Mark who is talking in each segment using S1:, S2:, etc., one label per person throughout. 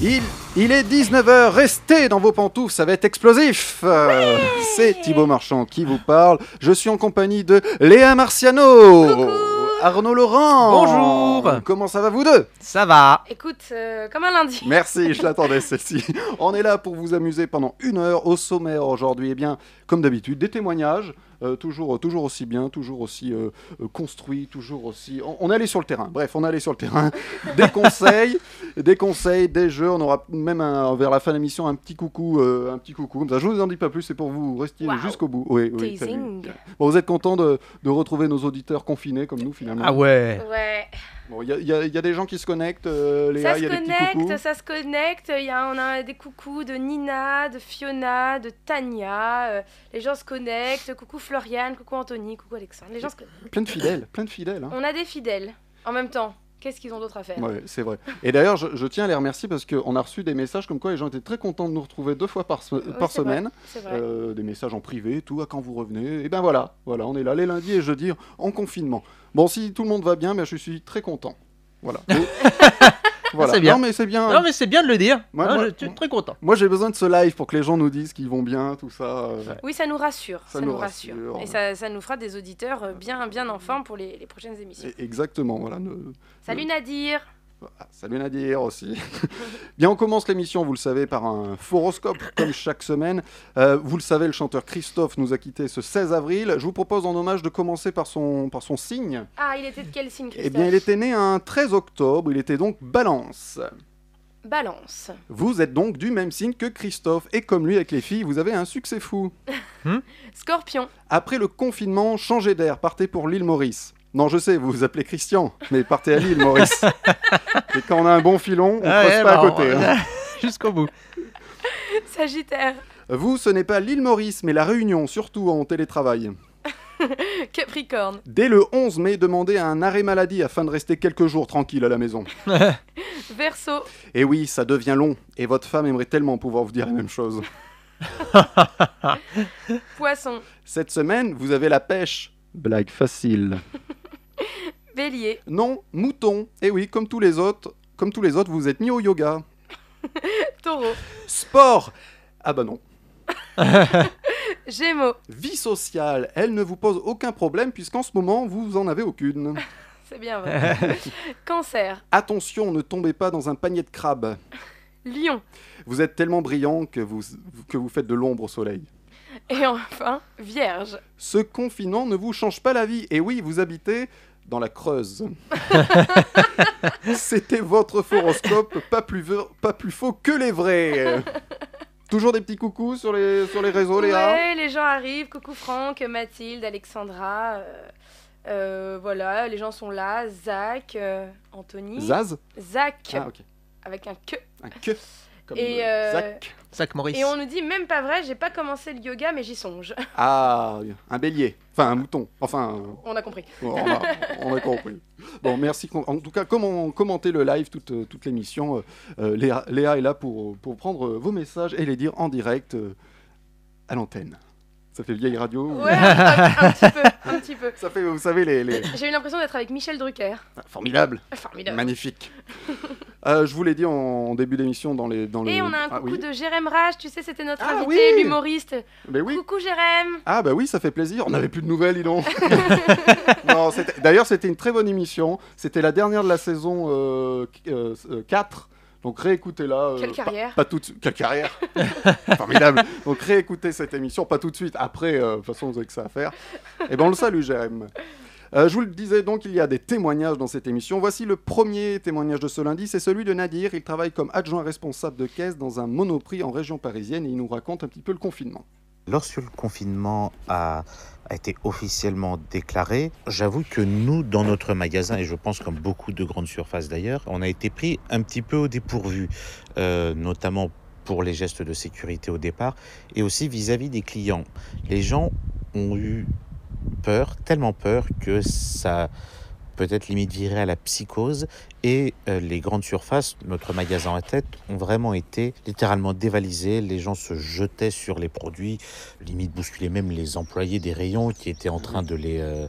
S1: Il, il est 19h, restez dans vos pantoufles, ça va être explosif Euh, C'est Thibaut Marchand qui vous parle. Je suis en compagnie de Léa Marciano Arnaud Laurent
S2: Bonjour.
S1: Comment ça va vous deux
S2: Ça va.
S3: Écoute, euh, comme un lundi.
S1: Merci, je l'attendais celle-ci. On est là pour vous amuser pendant une heure au sommaire aujourd'hui. Eh bien, comme d'habitude, des témoignages, euh, toujours, toujours aussi bien, toujours aussi euh, euh, construits, toujours aussi... On, on est allé sur le terrain, bref, on est allé sur le terrain. Des conseils, des conseils, des jeux, on aura même un- vers la fin de l'émission un petit coucou, euh, un petit coucou. Comme ça, je vous en dis pas plus, c'est pour vous rester
S3: Wow.
S1: jusqu'au bout. Oui, oui, salut.
S3: Teasing.
S1: Bon, vous êtes content de, de retrouver nos auditeurs confinés comme nous finalement.
S2: Ah ouais.
S3: Ouais.
S1: Bon, il y, a- il y a- il y a des gens qui se connectent, euh, Léa,
S3: Ça se
S1: il y a des petits coucous.
S3: connecte, ça se connecte. Il y a, on a des coucous de Nina, de Fiona, de Tania. euh, les gens se connectent. Coucou Floriane, coucou Anthony, coucou Alexandre. Les gens se connectent.
S1: Plein de fidèles, plein de fidèles. hein.
S3: On a des fidèles. En même temps, qu'est-ce qu'ils ont d'autre à faire
S1: Ouais, c'est vrai. Et d'ailleurs, je, je tiens à les remercier parce qu'on a reçu des messages comme quoi les gens étaient très contents de nous retrouver deux fois par, se- par
S3: c'est vrai.
S1: semaine.
S3: C'est vrai.
S1: Euh, des messages en privé, tout, à quand vous revenez. Et ben voilà, voilà, on est là les lundis et jeudis en confinement. Bon, si tout le monde va bien, ben, je suis très content. Voilà. Mais- voilà.
S2: Ah, C'est bien.
S1: Non, mais c'est bien.
S2: Non mais c'est bien de le dire.
S1: Moi,
S2: Hein,
S1: moi-
S2: je suis très content.
S1: Moi, j'ai besoin de ce live pour que les gens nous disent qu'ils vont bien, tout ça. euh.
S3: Oui, ça nous rassure.
S1: Ça
S3: Ça,
S1: nous
S3: nous rassure.
S1: rassure.
S3: Et ça, ça nous fera des auditeurs euh, bien, bien en forme pour les, les prochaines émissions.
S1: Et- Exactement, voilà. ne-
S3: Salut
S1: Mm.
S3: Nadir.
S1: Ah, Salut Nadir aussi. Bien, on commence l'émission, vous le savez, par un foroscope, comme chaque semaine. Euh, vous le savez, le chanteur Christophe nous a quittés ce 16 avril. Je vous propose en hommage de commencer par son, par son signe.
S3: Ah, il était de quel signe Christophe
S1: Eh bien, il était né un 13 octobre, il était donc balance.
S3: Balance.
S1: Vous êtes donc du même signe que Christophe, et comme lui avec les filles, vous avez un succès fou.
S3: Scorpion.
S1: Après le confinement, changez d'air, partez pour l'île Maurice. Non, je sais, vous vous appelez Christian, mais partez à l'île Maurice. et quand on a un bon filon, on ne
S2: Ah ouais,
S1: pas à
S2: bah,
S1: côté. hein.
S2: on- Jusqu'au bout.
S3: Sagittaire.
S1: Vous, ce n'est pas l'île Maurice, mais la Réunion, surtout en télétravail.
S3: Capricorne.
S1: Dès le 11 mai, demandez un arrêt maladie afin de rester quelques jours tranquille à la maison.
S3: Verseau.
S1: Et oui, ça devient long, et votre femme aimerait tellement pouvoir vous dire la même chose.
S3: Poisson,
S1: Cette semaine, vous avez la pêche. Blague facile.
S3: Bélier,
S1: Non, mouton. Et oui, comme tous les autres, comme tous les autres, vous êtes mis au yoga.
S3: Taureau,
S1: Sport Ah bah non.
S3: Gémeaux,
S1: Vie sociale, elle ne vous pose aucun problème puisqu'en ce moment, vous en avez aucune.
S3: c'est bien vrai. Cancer,
S1: Attention, ne tombez pas dans un panier de crabes.
S3: Lion
S1: Vous êtes tellement brillant que vous, que vous faites de l'ombre au soleil.
S3: et enfin Vierge.
S1: Ce confinement ne vous change pas la vie. Et oui, vous habitez dans la Creuse. C'était votre horoscope, pas plus, ve- pas plus faux que les vrais. Toujours des petits coucous sur les, sur les réseaux, Léa
S3: Ouais, les gens arrivent. Coucou Franck, Mathilde, Alexandra. euh, euh, voilà, les gens sont là. Zach, euh, Anthony.
S1: Zaz
S3: Zach,
S1: Ah, ok.
S3: avec un que.
S1: Un que. Comme
S3: Et,
S1: euh,
S3: euh,
S1: Zach.
S2: Sac Maurice.
S3: Et on nous dit même pas vrai, j'ai pas commencé le yoga, mais j'y songe.
S1: Ah, un bélier. Enfin, un mouton. Enfin, euh,
S3: On a compris.
S1: Bon, on, a, on a compris. Bon, merci. En tout cas, comment commenter le live, toute, euh, toute l'émission. euh, Léa, Léa est là pour, pour prendre euh, vos messages et les dire en direct euh, à l'antenne. Ça fait vieille radio. ou-
S3: Ouais, un, un petit peu, un petit peu. Euh,
S1: Ça fait, vous savez, les, les-
S3: J'ai eu l'impression d'être avec Michel Drucker.
S1: Ah, Formidable,
S3: Formidable.
S1: magnifique. Euh, je vous l'ai dit en, en début d'émission dans les dans
S3: Et
S1: le-
S3: on a un
S1: Ah
S3: coucou
S1: oui.
S3: de Jérém Rage, tu sais, c'était notre
S1: Ah
S3: invité,
S1: oui
S3: l'humoriste.
S1: Mais oui.
S3: Coucou Jérém
S1: Ah bah oui, ça fait plaisir. On n'avait plus de nouvelles, dis donc. Non, c'était- D'ailleurs, c'était une très bonne émission. C'était la dernière de la saison euh, qu- euh, euh, 4. Donc réécoutez-la. euh,
S3: Quelle
S1: pas-
S3: carrière.
S1: Pas tout de suite. Quelle carrière Formidable Donc réécoutez cette émission, pas tout de suite, après, euh, de toute façon, vous avez que ça à faire. Et ben on le salue, Jérém. Euh, je vous le disais donc, il y a des témoignages dans cette émission. Voici le premier témoignage de ce lundi, c'est celui de Nadir. Il travaille comme adjoint responsable de caisse dans un monoprix en région parisienne et il nous raconte un petit peu le confinement.
S4: Lorsque le confinement a, a été officiellement déclaré, j'avoue que nous, dans notre magasin, et je pense comme beaucoup de grandes surfaces d'ailleurs, on a été pris un petit peu au dépourvu, euh, notamment pour les gestes de sécurité au départ, et aussi vis-à-vis des clients. Les gens ont eu peur, tellement peur que ça peut-être limite virait à la psychose, et euh, les grandes surfaces, notre magasin à tête, ont vraiment été littéralement dévalisées, les gens se jetaient sur les produits, limite bousculer même les employés des rayons qui étaient en train de les, euh,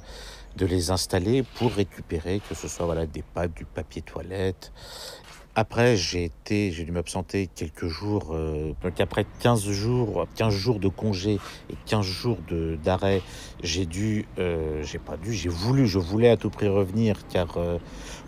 S4: de les installer pour récupérer, que ce soit voilà, des pâtes, du papier toilette. Après, j'ai été, j'ai dû m'absenter quelques jours. euh, donc après 15 jours, 15 jours de congé et 15 jours de d'arrêt, j'ai dû, euh, j'ai pas dû, j'ai voulu, je voulais à tout prix revenir, car euh,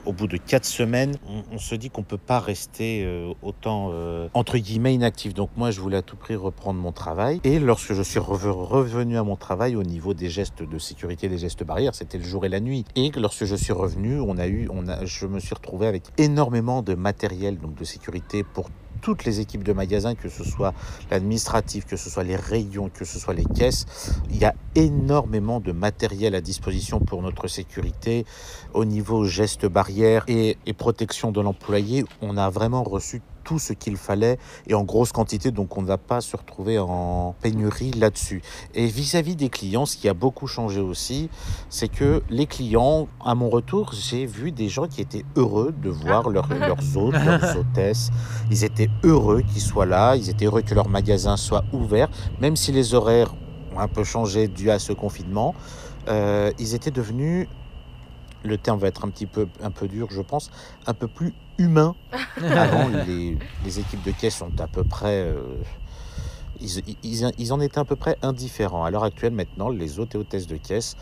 S4: au bout de 4 semaines, on, on se dit qu'on peut pas rester euh, autant euh, entre guillemets inactif. Donc moi, je voulais à tout prix reprendre mon travail. Et lorsque je suis reve- revenu à mon travail, au niveau des gestes de sécurité, des gestes barrières, c'était le jour et la nuit. Et lorsque je suis revenu, on a eu, on a, je me suis retrouvé avec énormément de matériel, donc de sécurité pour toutes les équipes de magasins, que ce soit l'administratif, que ce soit les rayons, que ce soit les caisses, il y a énormément de matériel à disposition pour notre sécurité au niveau gestes barrières et, et protection de l'employé. On a vraiment reçu tout ce qu'il fallait et en grosse quantité, donc on ne va pas se retrouver en pénurie là-dessus. Et vis-à-vis des clients, ce qui a beaucoup changé aussi, c'est que les clients, à mon retour, j'ai vu des gens qui étaient heureux de voir leurs- leurs hôtes, leurs hôtesses, ils étaient heureux qu'ils soient là, ils étaient heureux que leur magasin soit ouvert, même si les horaires ont un peu changé dû à ce confinement. euh, ils étaient devenus, le terme va être un petit peu, un peu dur, je pense, un peu plus humains. Avant, les, les équipes de caisse sont à peu près. euh, ils, ils- ils en étaient à peu près indifférents. À l'heure actuelle, maintenant, les hôtes et hôtesses de caisse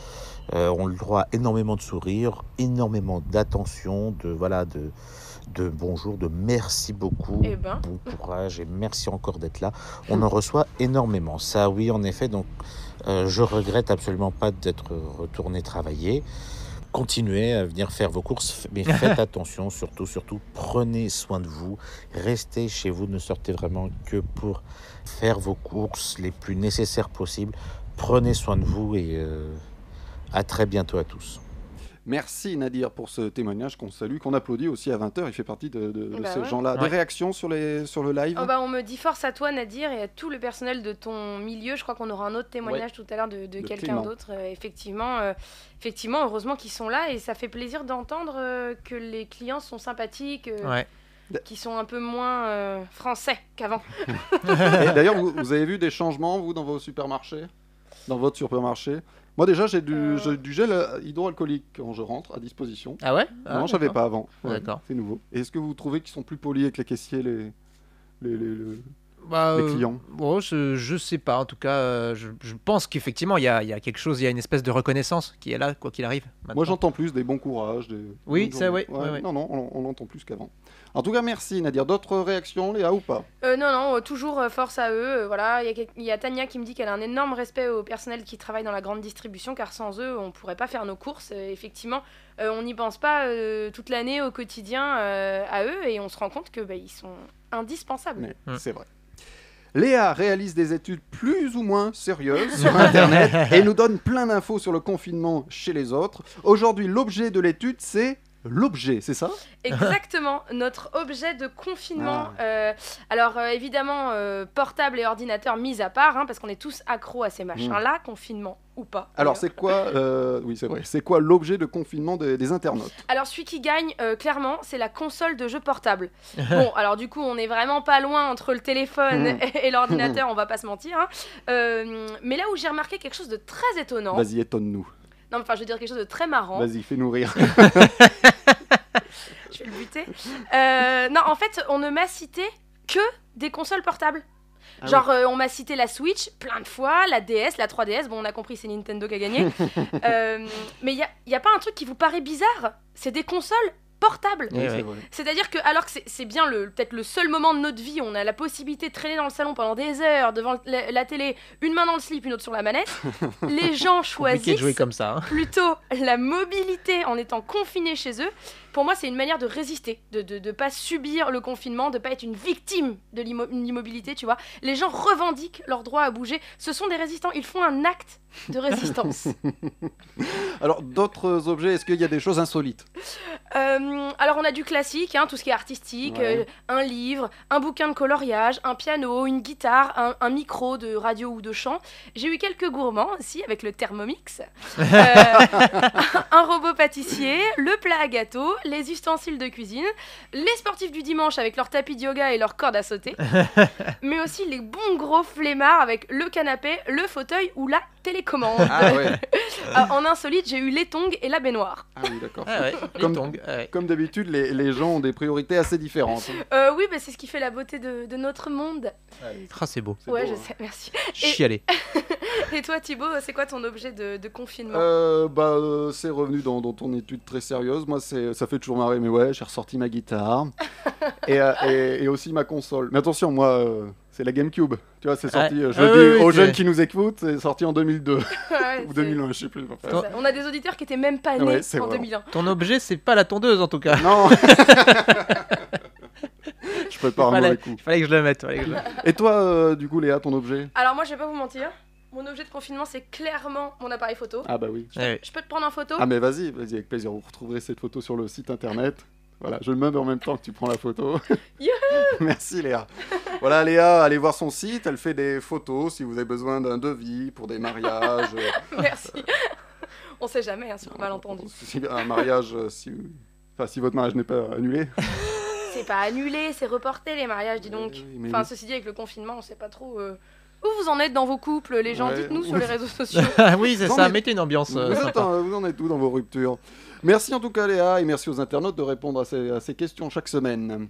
S4: euh, ont le droit à énormément de sourires, énormément d'attention, de voilà, de, de bonjour, de merci beaucoup
S3: Eh ben.
S4: bon courage et merci encore d'être là. On en reçoit énormément. Ça, oui, en effet. Donc, euh, je regrette absolument pas d'être retourné travailler. Continuez à venir faire vos courses, mais faites attention, surtout, surtout, prenez soin de vous. Restez chez vous, ne sortez vraiment que pour faire vos courses les plus nécessaires possibles. Prenez soin de vous et euh, à très bientôt à tous.
S1: Merci Nadir pour ce témoignage qu'on salue, qu'on applaudit aussi à 20h. Il fait partie de, de- de
S3: Bah
S1: ces
S3: ouais.
S1: gens-là. Des
S2: Ouais.
S1: réactions sur, les, sur le live
S3: Oh bah, on me dit force à toi Nadir et à tout le personnel de ton milieu. Je crois qu'on aura un autre témoignage tout à l'heure de, de
S1: De
S3: quelqu'un
S1: Clément.
S3: d'autre. Euh, effectivement, euh, effectivement, heureusement qu'ils sont là et ça fait plaisir d'entendre euh, que les clients sont sympathiques, euh,
S2: Ouais.
S3: qu'ils sont un peu moins euh, français qu'avant.
S1: Et D'ailleurs, vous, vous avez vu des changements, vous, dans vos supermarchés Dans votre supermarché Moi, déjà, j'ai du,
S3: Euh.
S1: j'ai du gel euh, hydroalcoolique quand je rentre à disposition.
S2: Ah ouais
S1: non, je savais pas avant. Ouais,
S2: D'accord.
S1: C'est nouveau. Et Est-ce que vous trouvez qu'ils sont plus polis avec les caissiers, les, les, les- les-
S2: Bah,
S1: les
S2: euh,
S1: clients
S2: bon, je, je sais pas. En tout cas, euh, je, je pense qu'effectivement, il y a, il y a quelque chose, il y a une espèce de reconnaissance qui est là, quoi qu'il arrive.
S1: Moi,
S2: maintenant.
S1: j'entends plus des bons courages. Des...
S2: Oui,
S1: bonnes
S2: ça,
S1: journées.
S2: ouais, ouais, ouais.
S1: Non, non, on, on l'entend plus qu'avant. En tout cas, merci Nadir. D'autres réactions, Léa, ou pas
S3: Euh, non, non, euh, toujours euh, force à eux. euh, voilà, il y a quel- il y, a Tania qui me dit qu'elle a un énorme respect au personnel qui travaille dans la grande distribution, car sans eux, on pourrait pas faire nos courses. Euh, effectivement, euh, on n'y pense pas euh, toute l'année au quotidien euh, à eux, et on se rend compte que bah, ils sont indispensables.
S1: Mais
S2: Hmm.
S1: c'est vrai. Léa réalise des études plus ou moins sérieuses sur Internet et nous donne plein d'infos sur le confinement chez les autres. Aujourd'hui, l'objet de l'étude, c'est l'objet, c'est ça
S3: Exactement, notre objet de confinement.
S1: Ah.
S3: Euh, alors euh, évidemment, euh, portable et ordinateur mis à part, hein, parce qu'on est tous accros à ces machins-là, confinement ou pas.
S1: Mmh. Alors,
S3: d'ailleurs.
S1: c'est quoi euh, Oui, c'est vrai. C'est quoi l'objet de confinement des, des internautes
S3: Alors celui qui gagne, euh, clairement, c'est la console de jeux portable. bon, alors du coup, on est vraiment pas loin entre le téléphone
S1: Mhm.
S3: et, et l'ordinateur, on va pas se mentir. hein. Euh, mais là où j'ai remarqué quelque chose de très étonnant, non,
S1: Vas-y, étonne-nous.
S3: mais enfin je veux dire quelque chose de très marrant,
S1: Vas-y, fais-nous rire.
S3: je vais le buter. Euh, non, en fait, on ne m'a cité que des consoles portables.
S1: Ah
S3: Genre, euh, on m'a cité la Switch plein de fois, la DS, la 3DS, bon, on a compris, c'est Nintendo qui a gagné. Euh, mais il n'y a, y a pas un truc qui vous paraît bizarre C'est des consoles portables.
S2: Ouais, ouais.
S3: C'est-à-dire que, alors que c'est- c'est bien le peut-être le seul moment de notre vie où on a la possibilité de traîner dans le salon pendant des heures devant la, la télé, une main dans le slip, une autre sur la manette, les gens
S2: Compliqué de jouer
S3: choisissent
S2: comme ça. hein.
S3: plutôt la mobilité en étant confinés chez eux. Pour moi, c'est une manière de résister, de ne de, de pas subir le confinement, de pas être une victime de l'immo- l'immobilité, tu vois. Les gens revendiquent leur droit à bouger. Ce sont des résistants, ils font un acte de résistance.
S1: Alors, d'autres objets, est-ce qu'il y a des choses insolites
S3: Euh, alors on a du classique, hein, tout ce qui est artistique,
S1: Ouais.
S3: euh, un livre, un bouquin de coloriage, un piano, une guitare, un, un micro de radio ou de chant. J'ai eu quelques gourmands aussi avec le Thermomix, Euh, un robot pâtissier, le plat à gâteau les ustensiles de cuisine, les sportifs du dimanche avec leur tapis de yoga et leur corde à sauter, mais aussi les bons gros flemmards avec le canapé, le fauteuil ou la télécommande.
S1: Ah ouais,
S3: Euh, en insolite, j'ai eu les tongs et la baignoire.
S1: ah oui, d'accord.
S2: Ah ouais, les
S1: Comme-
S2: tongs, ah ouais.
S1: Comme d'habitude, les, les gens ont des priorités assez différentes.
S3: Euh, oui, bah, c'est ce qui fait la beauté de, de notre monde.
S2: Ah, c'est beau.
S1: C'est
S3: Ouais,
S1: beau,
S3: je
S1: hein.
S3: sais, merci.
S2: Chialer.
S3: Et toi, Thibaut, c'est quoi ton objet de, de confinement
S1: Euh, bah, euh, c'est revenu dans, dans ton étude très sérieuse. Moi, c'est, ça fait toujours marrer, mais ouais, j'ai ressorti ma guitare et, euh, et, et aussi ma console. Mais attention, moi, euh, c'est la GameCube. Tu vois, c'est sorti.
S2: Ouais.
S1: euh, je
S2: Ah
S1: le
S2: oui,
S1: dis
S2: oui,
S1: aux
S2: c'est-
S1: jeunes qui nous écoutent, c'est sorti en 2002
S3: Ouais,
S1: ou
S3: c'est-
S1: 2001, je sais plus. enfin.
S2: Toi-
S3: c'est ça. On a des auditeurs qui étaient même pas nés
S1: Ouais, c'est
S3: en
S1: vrai.
S3: 2001.
S2: Ton objet, c'est pas la tondeuse en tout cas.
S1: Non. je prépare un
S2: fallait,
S1: mauvais coup.
S2: il fallait que je le mette. fallait que je le-
S1: Et toi, euh, du coup, Léa, ton objet
S3: Alors moi, je vais pas vous mentir, mon objet de confinement, c'est clairement mon appareil photo.
S1: Ah bah oui.
S2: Ah ouais.
S3: Je peux te prendre en photo
S1: Ah mais vas-y, vas-y avec plaisir. Vous retrouverez cette photo sur le site internet. Voilà, je le meuble en même temps que tu prends la photo.
S3: Youhou
S1: Merci Léa. Voilà Léa, allez voir son site, elle fait des photos si vous avez besoin d'un devis pour des mariages, euh,
S3: Merci. On sait jamais, hein, sur malentendu.
S1: si- un mariage euh, si enfin si votre mariage n'est pas annulé.
S3: C'est pas annulé, c'est reporté les mariages, dis donc.
S1: Oui, oui, mais-
S3: Enfin, ceci dit, avec le confinement, on sait pas trop euh, où vous en êtes dans vos couples, les gens.
S1: Ouais.
S3: Dites-nous sur les réseaux sociaux.
S2: Ah oui, c'est
S1: Non,
S2: ça.
S1: mais-
S2: Mettez une ambiance. euh,
S1: vous, êtes
S2: sympa.
S1: en- vous en êtes où dans vos ruptures Merci en tout cas Léa et merci aux internautes de répondre à ces, à ces questions chaque semaine.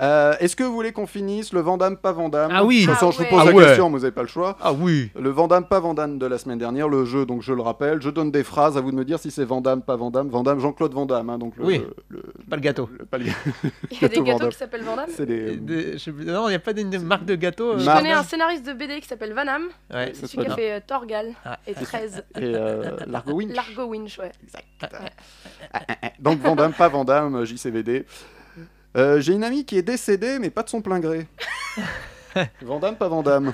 S1: Euh, Est-ce que vous voulez qu'on finisse le Vandame pas Vandame
S2: Ah oui.
S1: De toute façon, je
S3: Ah
S1: vous pose
S2: ouais.
S1: la
S2: Ah ouais.
S1: question, mais vous n'avez pas le choix.
S2: Ah oui.
S1: Le Vandame pas Vandame de la semaine dernière, le jeu, donc je le rappelle, je donne des phrases, à vous de me dire si c'est Vandame, pas Vandame, Vandame, Jean-Claude Vandame, hein, donc le,
S2: Oui.
S1: le, le-
S2: Pas le gâteau.
S1: le palier.
S3: Il y a des
S1: Gâteau
S3: gâteaux
S1: Vandame.
S3: qui s'appellent Vandame.
S1: C'est des...
S2: Des- je sais plus- Non, il n'y a pas de de marque de gâteau.
S3: Je
S1: Mar-
S3: connais un scénariste de BD qui s'appelle Vanham,
S2: Ouais.
S1: C'est
S3: c'est celui qui
S1: pas
S3: a fait euh, Torgal
S2: Ah.
S3: et 13,
S1: Et euh, Largo Winch.
S3: Largo Winch, ouais.
S2: Ah,
S1: Donc Vandame, pas Vandame, JCVD. Euh, J'ai une amie qui est décédée, mais pas de son plein gré. Vandame, pas Vandame.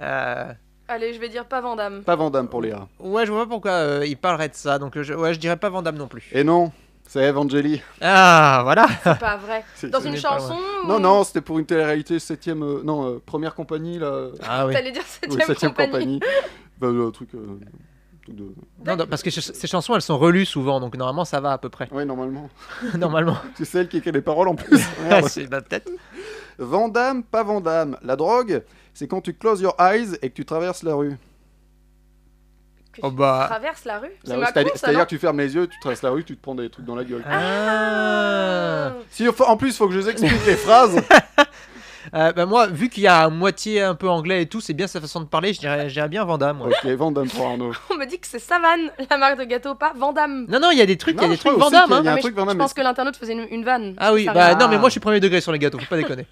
S2: Euh, oh.
S3: Allez, je vais dire pas Vandame.
S1: Pas Vandame pour Léa.
S2: ouais, je vois pas pourquoi euh, il parlerait de ça. Donc, euh, je... ouais, je dirais pas Vandame non plus.
S1: Et non, c'est Evangeli.
S2: Ah, voilà.
S3: C'est pas vrai.
S1: C'est-
S3: Dans
S1: c'est-
S3: une
S2: n'est pas
S3: chanson ou-
S1: Non, non, c'était pour une télé-réalité 7ème... non, euh, première compagnie, là.
S2: Ah oui.
S3: T'allais dire 7ème
S1: Oui, septième
S3: compagnie.
S1: compagnie. Bah, le truc... euh, truc de...
S2: Non, non, parce que ch- ces chansons, elles sont relues souvent, donc normalement, ça va à peu près.
S1: Ouais, normalement.
S2: normalement.
S1: C'est celle qui écrit les paroles en plus.
S2: Ah,
S1: Merde.
S2: c'est- bah, peut-être.
S1: Vandame, pas Vandame. La drogue, c'est quand tu closes your eyes et que tu traverses la rue.
S3: Que
S2: Oh
S3: tu
S2: bah.
S3: traverses la rue. C'est
S1: La rue,
S3: Macron,
S1: C'est-à-dire
S3: ça,
S1: c'est-à-dire
S3: non
S1: que tu fermes les yeux, tu traverses la rue, tu te prends des trucs dans la gueule.
S2: Ah.
S1: Si, enfin, en plus, faut que je vous explique les phrases.
S2: Euh, bah, moi, vu qu'il y a à moitié un peu anglais et tout, c'est bien sa façon de parler. Je dirais, je dirais bien Vandame. moi.
S1: ok, Vandame pour Arnaud.
S3: On me dit que c'est Savane, la marque de gâteau, pas Vandame.
S2: Non, non, il y a des trucs, il y a
S1: Non,
S2: des
S1: je crois
S2: trucs
S1: aussi
S2: Vandame.
S1: qu'il y a
S2: Hein.
S1: un
S3: mais
S1: truc
S3: je,
S1: Vandame,
S3: je
S1: mais
S3: pense que l'internaute faisait une, une vanne.
S2: Ah oui,
S3: Ça
S2: bah
S3: arrive.
S2: non, mais moi je suis premier degré sur les gâteaux, faut pas déconner.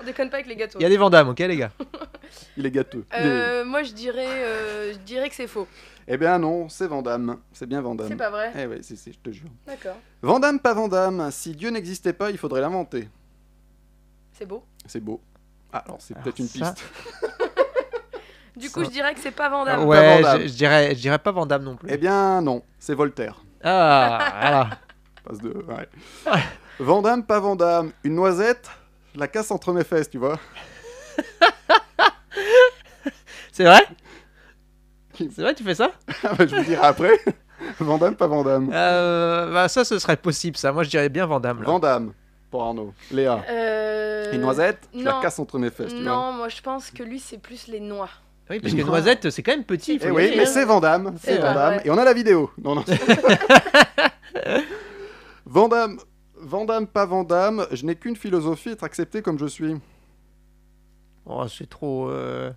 S3: On déconne pas avec les gâteaux.
S2: Il y a des Vandamme, ok les gars
S1: Il est gâteux. Il est-
S3: Euh, moi je dirais, euh, je dirais que c'est faux.
S1: Eh bien, non, c'est Vandame. C'est bien Vandame.
S3: C'est pas vrai.
S1: Eh ouais, si, si, je te jure.
S3: D'accord.
S1: Vandame, pas Vandame. Si Dieu n'existait pas, il faudrait l'inventer.
S3: C'est beau.
S1: C'est beau. Ah, alors, c'est
S2: Alors
S1: peut-être une
S2: ça-
S1: piste.
S3: Du
S2: Ça- Ah
S3: coup, je dirais que c'est pas Vandame.
S1: Pas
S2: Ouais,
S1: Vandame.
S2: je, je dirais, je dirais pas Vandame non plus.
S1: Eh bien, non, c'est Voltaire.
S2: Ah,
S1: Passe de. Ouais. Vandame, pas Vandame. Une noisette, je la casse entre mes fesses, tu vois.
S2: voilà. C'est vrai C'est vrai, tu fais ça
S1: Ah bah, je vous dirai après. Vandame, pas Vandame.
S2: euh, Bah ça, ce serait possible ça. Moi je dirais bien Vandame. Là.
S1: Vandame, pour Arnaud. Léa.
S3: Euh...
S1: Une noisette, je la
S3: non.
S1: casse entre mes fesses, tu vois.
S3: Non, moi je pense que lui c'est plus les noix.
S2: Oui, parce que Noisette, c'est quand même petit. il faut
S1: Eh
S2: y
S1: oui,
S2: aller,
S1: mais
S2: hein.
S1: c'est Vandame, c'est
S2: C'est vrai.
S1: Vandame.
S3: Ouais.
S1: Et on a la vidéo. Non, non. Vandame, Vandame, pas Vandame, je n'ai qu'une philosophie, être accepté comme je suis.
S2: Oh, c'est trop... euh,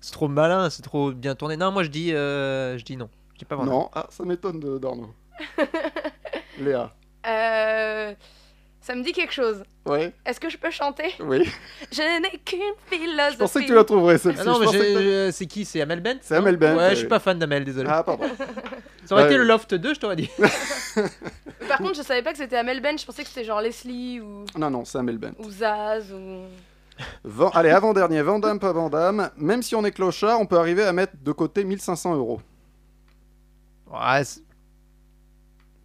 S2: C'est trop malin, c'est trop bien tourné. Non, moi je dis, euh, je dis non. Je dis pas Vandame.
S1: Non, ah, ça m'étonne de- d'Arnaud. Léa.
S3: Euh... Ça me dit quelque chose.
S1: Ouais,
S3: Est-ce que je peux chanter
S1: oui.
S3: Je n'ai qu'une
S1: Je
S3: philosophie.
S1: pensais que tu la trouverais,
S2: Ah
S1: celle-ci.
S2: non,
S1: Je
S2: mais
S1: pensais
S2: j'ai-
S1: que t'as-
S2: euh, c'est qui C'est Amel Bent
S1: C'est Amel Bent,
S2: Ouais,
S1: ouais,
S2: je suis
S1: oui.
S2: pas fan d'Amel, désolé.
S1: Ah, pardon.
S2: ça aurait
S1: bah,
S2: été le
S1: oui.
S2: Loft 2, je t'aurais dit.
S3: Par contre, je savais pas que c'était Amel Ben, je pensais que c'était genre Leslie ou,
S1: Non, non, c'est Amel Bent.
S3: ou Zaz ou.
S1: Van- Allez, avant-dernier, Vandame, pas Vandame. Même si on est clochard, on peut arriver à mettre de côté 1500 euros.
S2: Ouais, c'est-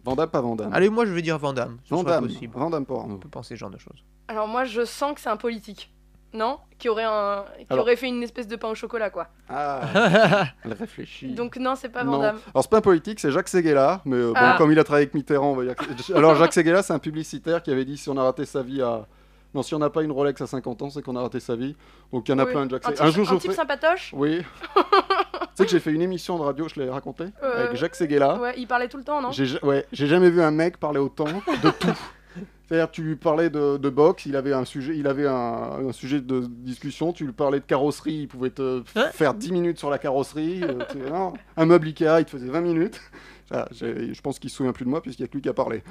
S1: Vandame, pas Vandame.
S2: Allez, moi je vais dire Vandame. ce serait
S1: Vandame,
S2: possible.
S1: Vandame pour
S2: On
S1: Arnaud.
S2: peut penser ce genre de choses.
S3: Alors moi je sens que c'est un politique. non qui aurait, un... qui
S1: Alors.
S3: aurait fait une espèce de pain au chocolat, quoi.
S1: Ah, elle réfléchit.
S3: Donc, non, c'est pas
S1: Non.
S3: Van Damme.
S1: Alors c'est pas un politique, c'est Jacques Séguéla, mais euh, bon,
S3: Ah.
S1: comme il a travaillé avec Mitterrand, on va dire que- alors Jacques Séguéla, c'est un publicitaire qui avait dit si on a raté sa vie à non, si on n'a pas une Rolex à 50 ans, c'est qu'on a raté sa vie. Donc il y en a
S3: Oui.
S1: plein de Jacques
S3: Un
S1: Séguéla.
S3: type, un type sympatoche
S1: Oui. tu sais que j'ai fait une émission de radio, je l'ai raconté,
S3: Euh,
S1: avec Jacques Séguéla.
S3: Ouais, il parlait tout le temps, non
S1: J'ai ja- ouais, j'ai jamais vu un mec parler autant de tout. C'est-à-dire, tu lui parlais de, de boxe, il avait un sujet, il avait un, un sujet de discussion, tu lui parlais de carrosserie, il pouvait te f-
S2: Ouais.
S1: faire 10 minutes sur la carrosserie. euh, tu- non, un meuble Ikea, il te faisait 20 minutes. Ah, j'ai- je pense qu'il se souvient plus de moi puisqu'il n'y a que lui qui a parlé.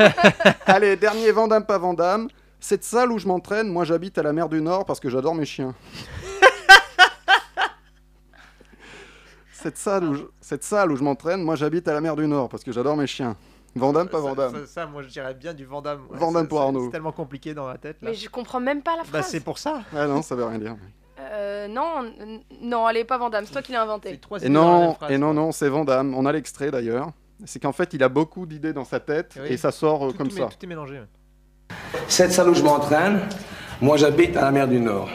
S1: Allez, dernier Vandame, pas Vandame. Cette salle où je m'entraîne, moi j'habite à la mer du Nord parce que j'adore mes chiens. cette, salle où je, cette salle où je m'entraîne, moi j'habite à la mer du Nord parce que j'adore mes chiens. Vandame, pas
S2: Ça-
S1: Vandame.
S2: Ça, ça, moi, je dirais bien du Vandame.
S1: Van Damme pour Arnaud.
S2: C'est tellement compliqué dans la tête. Là.
S3: Mais je comprends même pas la
S2: Bah,
S3: phrase.
S2: c'est pour ça.
S1: Ah non, ça veut rien dire.
S3: Euh, non, n- non, allez, pas Van Damme, c'est toi qui l'as
S2: C'est
S3: inventé.
S2: trois
S1: Et
S2: idées dans la
S1: non,
S2: même phrase,
S1: et non,
S2: quoi.
S1: non, c'est Vandame. On a l'extrait d'ailleurs. C'est qu'en fait, il a beaucoup d'idées dans sa tête
S2: Eh Oui.
S1: et ça sort euh,
S2: Tout-
S1: comme
S2: tout est-
S1: ça.
S2: Tout est mélangé. ouais.
S5: Cette salle où je m'entraîne, moi j'habite à la mer du Nord.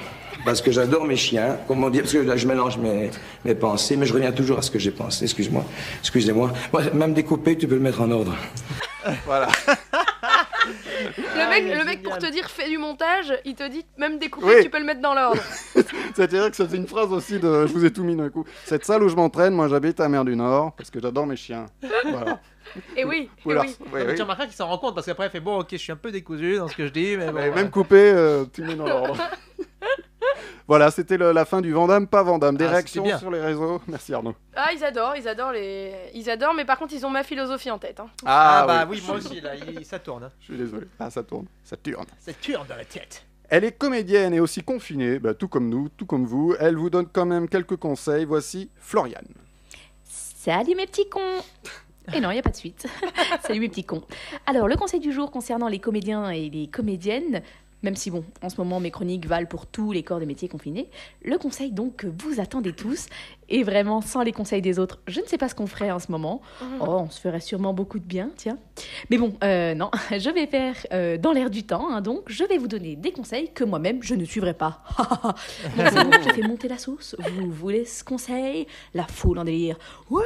S5: Parce que j'adore mes chiens, comme on dit, parce que là, je mélange mes, mes pensées, mais je reviens toujours à ce que j'ai pensé, excuse-moi. Excusez-moi. Ouais, Même découpé, tu peux le mettre en ordre.
S1: Voilà.
S3: Le
S2: Ah, il
S3: mec,
S2: est
S3: le mec pour
S2: génial.
S3: te dire fais du montage, il te dit même découper,
S1: Oui.
S3: tu peux le mettre dans l'ordre.
S1: C'est-à-dire que ça fait une phrase aussi de je vous ai tout mis d'un coup. Cette salle où je m'entraîne, moi j'habite à la mer du Nord parce que j'adore mes chiens. Voilà.
S3: Et oui,
S1: Ou
S3: et
S1: alors-
S3: oui.
S1: Eh oui,
S2: Non, mais
S1: oui.
S2: Tu remarqueras qu'il s'en rend compte parce qu'après, il fait bon, ok, je suis un peu décousu dans ce que je dis, mais bon,
S1: Mais
S2: voilà.
S1: Même coupé, euh, tout mis dans l'ordre. voilà, c'était le- la fin du Vandame, pas Vandame. Des
S2: Ah, c'était
S1: réactions
S2: bien.
S1: sur les réseaux. Merci Arnaud.
S3: Ah, ils adorent, ils adorent les, ils adorent, mais par contre ils ont ma philosophie en tête. hein.
S2: Ah,
S1: Ah,
S2: bah oui, moi aussi, là, il- ça tourne. hein.
S1: Je suis désolé. Ah, ça tourne. Ça tourne.
S2: Ça tourne dans la tête.
S1: Elle est comédienne et aussi confinée, bah, tout comme nous, tout comme vous. Elle vous donne quand même quelques conseils. Voici Floriane.
S6: Salut mes petits cons Et non, il n'y a pas de suite. Salut mes petits cons. Alors, le conseil du jour concernant les comédiens et les comédiennes, même si bon, en ce moment mes chroniques valent pour tous les corps de métiers confinés, le conseil donc que vous attendez tous, et vraiment sans les conseils des autres, je ne sais pas ce qu'on ferait en ce moment. Oh, on se ferait sûrement beaucoup de bien, tiens. Mais bon, euh, non, je vais faire euh, dans l'air du temps, hein, donc je vais vous donner des conseils que moi-même je ne suivrai pas. Donc, c'est bon, j'ai fait monter la sauce. Vous voulez ce conseil La foule en délire. Ouais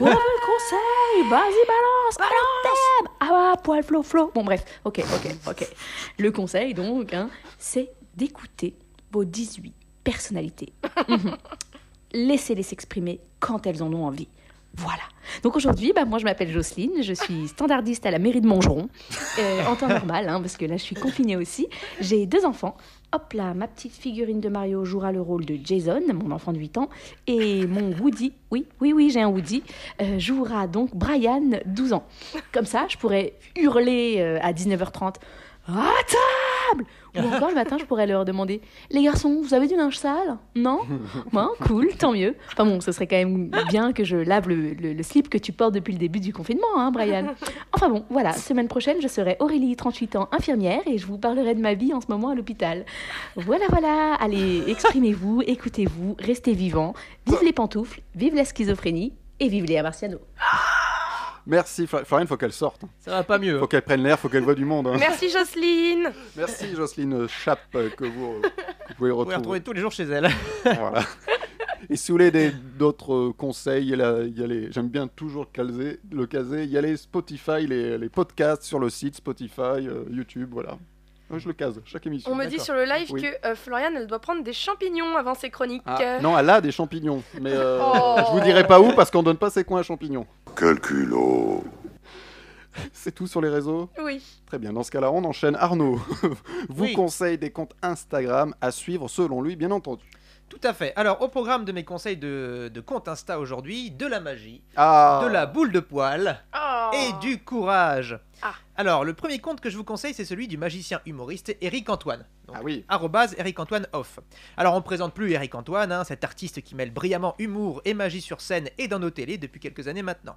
S6: On veut le conseil Vas-y, balance Alors, thème Ah, poil, flot, flot Bon, bref, ok, ok, ok. Le conseil, donc, hein, c'est d'écouter vos 18 personnalités. Mhm. Laissez-les s'exprimer quand elles en ont envie. Voilà. Donc aujourd'hui, bah, moi je m'appelle Jocelyne, je suis standardiste à la mairie de Montgeron, euh, en temps normal, hein, parce que là je suis confinée aussi. J'ai deux enfants, Hop là, ma petite figurine de Mario jouera le rôle de Jason, mon enfant de 8 ans, et mon Woody, oui, oui, oui, j'ai un Woody, euh, jouera donc Brian, 12 ans. Comme ça, je pourrais hurler euh, à 19h30 à table Ou encore le matin, je pourrais leur demander Les garçons, vous avez du linge sale Non Bon, Hein, cool, tant mieux. Enfin bon, ce serait quand même bien que je lave le, le- le slip que tu portes depuis le début du confinement, hein, Brian. Enfin bon, voilà, semaine prochaine, je serai Aurélie, 38 ans, infirmière, et je vous parlerai de ma vie en ce moment à l'hôpital. Voilà, voilà, allez, exprimez-vous, écoutez-vous, restez vivants, vive les pantoufles, vive la schizophrénie, et vive les Marciano.
S1: Merci Flo- Floriane, faut qu'elle sorte.
S2: Ça va pas mieux. hein.
S1: Faut qu'elle prenne l'air, faut qu'elle voit du monde. hein.
S3: Merci Jocelyne.
S1: Merci Jocelyne Chape euh, que vous, euh, que vous pouvez
S2: Vous pouvez la retrouver
S1: retrouver.
S2: tous les jours chez elle.
S1: Voilà. Et si vous voulez des- d'autres euh, conseils, il y a la- il y a les- j'aime bien toujours caser- le caser. Il y a les Spotify, les, les podcasts sur le site Spotify, euh, YouTube, voilà. Ouais, je le case, chaque émission.
S3: On me dit
S2: d'accord.
S3: sur le live
S1: Oui.
S3: que euh, Floriane elle doit prendre des champignons avant ses chroniques.
S1: Ah,
S3: Euh,
S1: non, elle a des champignons, mais euh,
S3: Oh.
S1: je vous dirai pas où parce qu'on donne pas ses coins à champignons.
S7: Quel culot
S1: C'est tout sur les réseaux
S3: Oui.
S1: Très bien, dans ce cas-là, on enchaîne. Arnaud vous
S2: Oui.
S1: conseille des comptes Instagram à suivre selon lui, bien entendu.
S2: Tout à fait. Alors, au programme de mes conseils de, de compte Insta aujourd'hui, de la magie,
S1: Ah,
S2: de la boule de poil
S3: Oh.
S2: et du courage.
S3: Ah.
S2: Alors, le premier compte que je vous conseille, c'est celui du magicien humoriste Eric Antoine. Donc,
S1: ah oui,
S2: arrobase Eric Antoine Off. Alors on ne présente plus Eric Antoine, hein, cet artiste qui mêle brillamment humour et magie sur scène et dans nos télés depuis quelques années maintenant.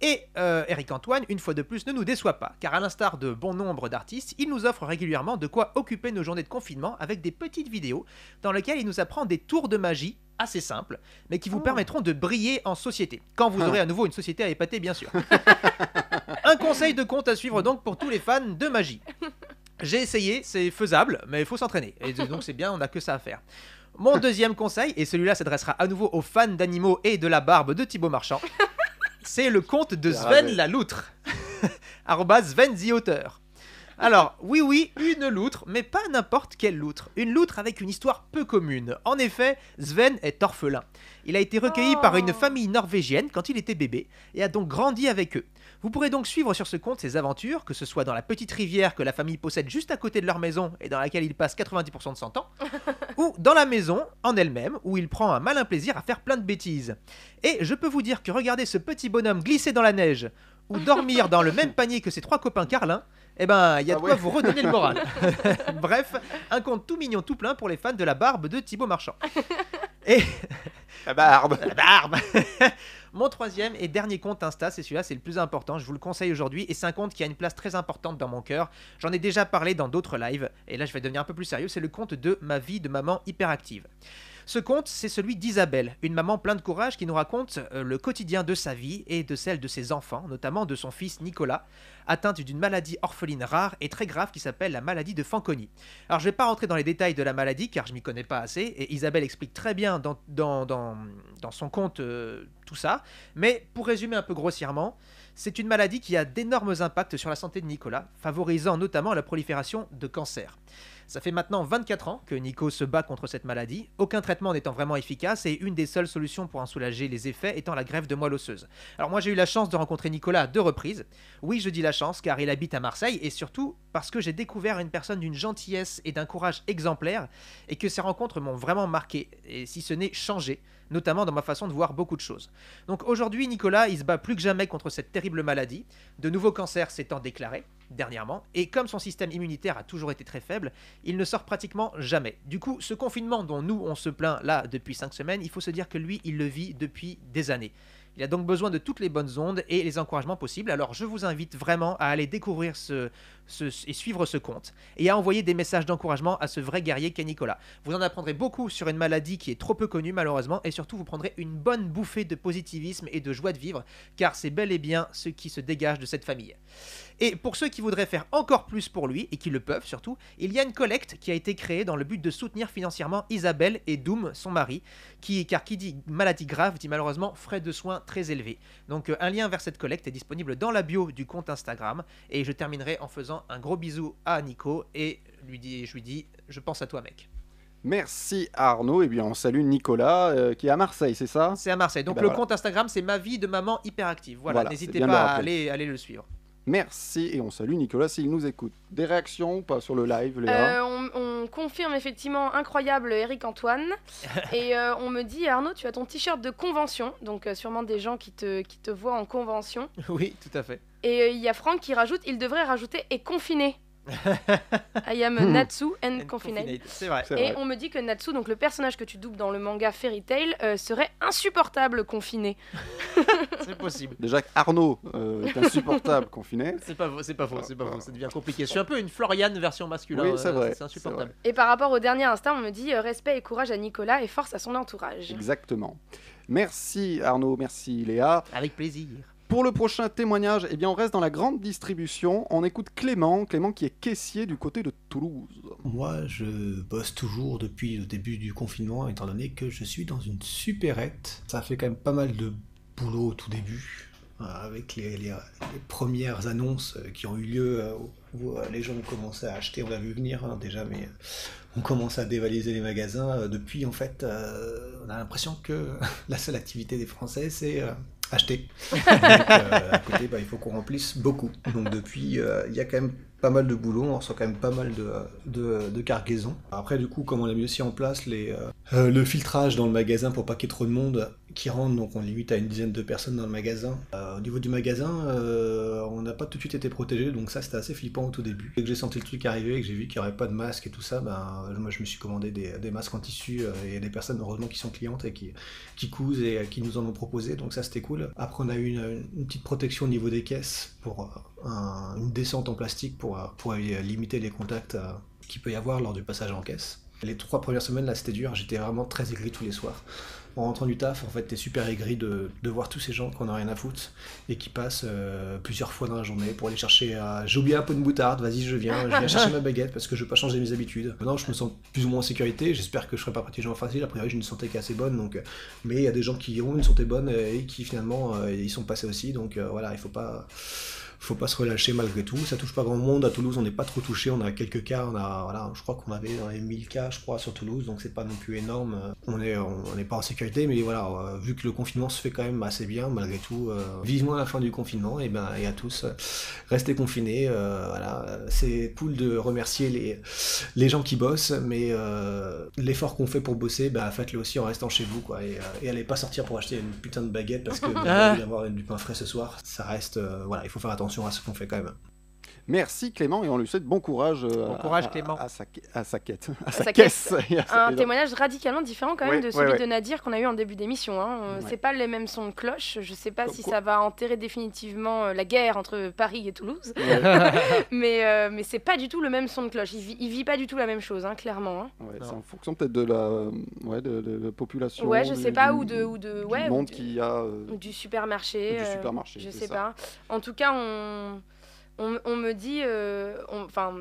S2: Et euh, Eric Antoine, une fois de plus, ne nous déçoit pas, car à l'instar de bon nombre d'artistes, il nous offre régulièrement de quoi occuper nos journées de confinement avec des petites vidéos dans lesquelles il nous apprend des tours de magie assez simples, mais qui
S3: Oh.
S2: vous permettront de briller en société, quand
S1: Ah.
S2: vous aurez à nouveau une société à épater bien sûr. Un conseil de compte à suivre donc pour tous les fans de magie. J'ai essayé, c'est faisable, mais il faut s'entraîner. Et donc c'est bien, on n'a que ça à faire. Mon deuxième conseil, et celui-là s'adressera à nouveau aux fans d'animaux et de la barbe de Thibaut Marchand, c'est le conte de
S1: Ah,
S2: Sven
S1: ouais.
S2: la loutre. Arrobas Sven the auteur. Alors, oui, oui, une loutre, mais pas n'importe quelle loutre. Une loutre avec une histoire peu commune. En effet, Sven est orphelin. Il a été recueilli
S3: Oh.
S2: par une famille norvégienne quand il était bébé et a donc grandi avec eux. Vous pourrez donc suivre sur ce compte ses aventures, que ce soit dans la petite rivière que la famille possède juste à côté de leur maison et dans laquelle il passe 90% de son temps, ou dans la maison en elle-même où il prend un malin plaisir à faire plein de bêtises. Et je peux vous dire que regarder ce petit bonhomme glisser dans la neige ou dormir dans le même panier que ses trois copains carlins, eh ben, il y a de
S1: Ah
S2: quoi
S1: ouais.
S2: vous redonner le moral. Bref, un compte tout mignon, tout plein pour les fans de la barbe de Thibaut Marchand. Et
S1: La barbe.
S2: la barbe Mon troisième et dernier compte Insta, c'est celui-là, c'est le plus important, je vous le conseille aujourd'hui, et c'est un compte qui a une place très importante dans mon cœur. J'en ai déjà parlé dans d'autres lives, et là je vais devenir un peu plus sérieux, c'est le compte de Ma vie de maman hyperactive. Ce compte, c'est celui d'Isabelle, une maman pleine de courage qui nous raconte euh, le quotidien de sa vie et de celle de ses enfants, notamment de son fils Nicolas, atteint d'une maladie orpheline rare et très grave qui s'appelle la maladie de Fanconi. Alors je vais pas rentrer dans les détails de la maladie car je m'y connais pas assez et Isabelle explique très bien dans, dans, dans, dans son compte euh, tout ça. Mais pour résumer un peu grossièrement, c'est une maladie qui a d'énormes impacts sur la santé de Nicolas, favorisant notamment la prolifération de cancers. Ça fait maintenant 24 ans que Nico se bat contre cette maladie, aucun traitement n'étant vraiment efficace et une des seules solutions pour en soulager les effets étant la grève de moelle osseuse. Alors moi j'ai eu la chance de rencontrer Nicolas à deux reprises. Oui, je dis la chance car il habite à Marseille et surtout parce que j'ai découvert une personne d'une gentillesse et d'un courage exemplaire et que ces rencontres m'ont vraiment marqué et si ce n'est changé, notamment dans ma façon de voir beaucoup de choses. Donc aujourd'hui, Nicolas, il se bat plus que jamais contre cette terrible maladie, de nouveaux cancers s'étant déclarés dernièrement et comme son système immunitaire a toujours été très faible, il ne sort pratiquement jamais. Du coup, ce confinement dont nous on se plaint là depuis 5 semaines, il faut se dire que lui, il le vit depuis des années. Il a donc besoin de toutes les bonnes ondes et les encouragements possibles. Alors je vous invite vraiment à aller découvrir ce, ce- et suivre ce compte et à envoyer des messages d'encouragement à ce vrai guerrier qu'est Nicolas. Vous en apprendrez beaucoup sur une maladie qui est trop peu connue malheureusement et surtout vous prendrez une bonne bouffée de positivisme et de joie de vivre car c'est bel et bien ce qui se dégage de cette famille. Et pour ceux qui voudraient faire encore plus pour lui, et qui le peuvent surtout, il y a une collecte qui a été créée dans le but de soutenir financièrement Isabelle et Doom, son mari, qui, car qui dit maladie grave dit malheureusement frais de soins très élevés. Donc euh, un lien vers cette collecte est disponible dans la bio du compte Instagram, et je terminerai en faisant un gros bisou à Nico, et lui dis, je lui dis, je pense à toi mec.
S1: Merci Arnaud. Et bien, on salue Nicolas euh, qui est à Marseille, c'est ça
S2: C'est à Marseille, donc
S1: Ben
S2: le
S1: voilà.
S2: compte Instagram c'est ma vie de maman hyperactive, voilà,
S1: Voilà, c'est
S2: n'hésitez
S1: bien de
S2: pas
S1: le
S2: à
S1: rappeler.
S2: aller, aller le suivre.
S1: Merci et on salue Nicolas s'il nous écoute. Des réactions ou pas sur le live, Léa
S3: Euh, on, on confirme effectivement incroyable Eric Antoine. et euh, on me dit, Arnaud, tu as ton t-shirt de convention, donc euh, sûrement des gens qui te, qui te voient en convention.
S2: oui, tout à fait.
S3: Et euh, il y a Franck qui rajoute, il devrait rajouter et confiné. I am
S1: Hmm.
S3: Natsu and,
S2: And
S3: confiné.
S2: confinate, C'est vrai.
S1: C'est
S3: Et
S1: vrai.
S3: on me dit que Natsu, donc le personnage que tu doubles dans le manga Fairy Tail, euh, serait insupportable confiné.
S2: C'est possible.
S1: Déjà, Arnaud euh, est insupportable, confiné. Ah.
S2: C'est pas faux, c'est pas faux, c'est pas faux, ça devient compliqué. Je suis un peu une Floriane version masculine.
S1: Oui, c'est
S2: euh,
S1: vrai,
S2: C'est insupportable.
S3: Et par rapport au dernier instant, on me dit euh, respect et courage à Nicolas et force à son entourage.
S1: Exactement. Merci Arnaud, merci Léa.
S2: Avec plaisir.
S1: Pour le prochain témoignage, eh bien, on reste dans la grande distribution. On écoute Clément, Clément qui est caissier du côté de Toulouse.
S7: Moi, je bosse toujours depuis le début du confinement, étant donné que je suis dans une supérette. Ça fait quand même pas mal de boulot au tout début, euh, avec les, les- les premières annonces euh, qui ont eu lieu, euh, où euh, les gens ont commencé à acheter, on l'a vu venir hein, déjà, mais euh, on commence à dévaliser les magasins. Euh, Depuis, en fait, euh, on a l'impression que la seule activité des Français, c'est euh, acheter. Donc, euh, à côté, bah, il faut qu'on remplisse beaucoup. Donc depuis, euh, il y a quand même pas mal de boulot, on reçoit quand même pas mal de, de, de cargaisons. Après, du coup, comme on a mis aussi en place les, euh, euh, le filtrage dans le magasin pour pas qu'il y ait trop de monde qui rentre, donc on limite à une dizaine de personnes dans le magasin. Euh, au niveau du magasin, euh, on n'a pas tout de suite été protégé, donc ça c'était assez flippant au tout début. Dès que j'ai senti le truc arriver et que j'ai vu qu'il n'y aurait pas de masque et tout ça, ben, euh, moi je me suis commandé des, des masques en tissu euh, et des personnes heureusement qui sont clientes et qui, qui cousent et euh, qui nous en ont proposé, donc ça c'était cool. Après on a eu une, une petite protection au niveau des caisses pour euh, un- une descente en plastique pour, euh, pour euh, limiter les contacts euh, qu'il peut y avoir lors du passage en caisse. Les trois premières semaines, là, c'était dur. J'étais vraiment très aigri tous les soirs. En rentrant du taf, en fait, t'es super aigri de, de voir tous ces gens qu'on a rien à foutre et qui passent euh, plusieurs fois dans la journée pour aller chercher. à J'ai oublié un pot de moutarde, vas-y, je viens, je viens chercher ma baguette parce que je veux pas changer mes habitudes. Maintenant, je me sens plus ou moins en sécurité. J'espère que je serai pas parti des gens faciles. A priori, j'ai une santé qui est assez bonne. Donc, euh, mais il y a des gens qui ont une santé bonne euh, et qui finalement euh, ils sont passés aussi. Donc euh, voilà, il faut pas faut pas se relâcher malgré tout. Ça touche pas grand monde. À Toulouse, on n'est pas trop touché. On a quelques cas. On a, voilà, je crois qu'on avait dans les 1000 cas, je crois, sur Toulouse. Donc c'est pas non plus énorme. Euh, On est, on n'est pas en sécurité, mais voilà, euh, vu que le confinement se fait quand même assez bien malgré tout. euh, vivement la fin du confinement et ben et à tous, euh, restez confinés. euh, voilà, Euh, c'est cool de remercier les les gens qui bossent, mais euh, l'effort qu'on fait pour bosser, bah faites-le aussi en restant chez vous, quoi. Et, euh, et allez pas sortir pour acheter une putain de baguette parce que bah, vous
S2: Ah.
S7: allez avoir du pain frais ce soir. Ça reste, euh, voilà, il faut faire attention à ce qu'on fait quand même.
S1: Merci Clément et on lui souhaite bon courage, euh,
S2: Bon
S1: à-
S2: courage,
S1: à,
S2: Clément.
S1: à sa, à sa quête, à,
S3: sa
S1: Ah, caisse. et à sa-
S3: Un témoignage radicalement différent quand même
S1: Ouais,
S3: de
S1: ouais,
S3: celui
S1: ouais.
S3: de Nadir qu'on a eu en début d'émission. Hein. Euh,
S1: Ouais.
S3: C'est pas les mêmes sons de cloche. Je sais pas
S1: Comme
S3: si
S1: quoi.
S3: ça va enterrer définitivement euh, la guerre entre Paris et Toulouse,
S1: Ouais,
S3: mais euh, mais c'est pas du tout le même son de cloche. Il vit, il vit pas du tout la même chose, hein, clairement. hein.
S1: ouais,
S2: Non.
S1: c'est en fonction peut-être de la, euh, ouais, de, de la population.
S3: Ouais, je
S1: du-
S3: sais pas
S1: du-
S3: ou de ou de
S1: du
S3: ouais ou
S1: monde
S3: de-
S1: qui a. euh,
S3: ou du supermarché.
S1: Du
S3: euh,
S1: supermarché,
S3: Je
S1: c'est
S3: sais
S1: ça.
S3: pas. En tout cas, on, on, on me dit. euh, on- Enfin.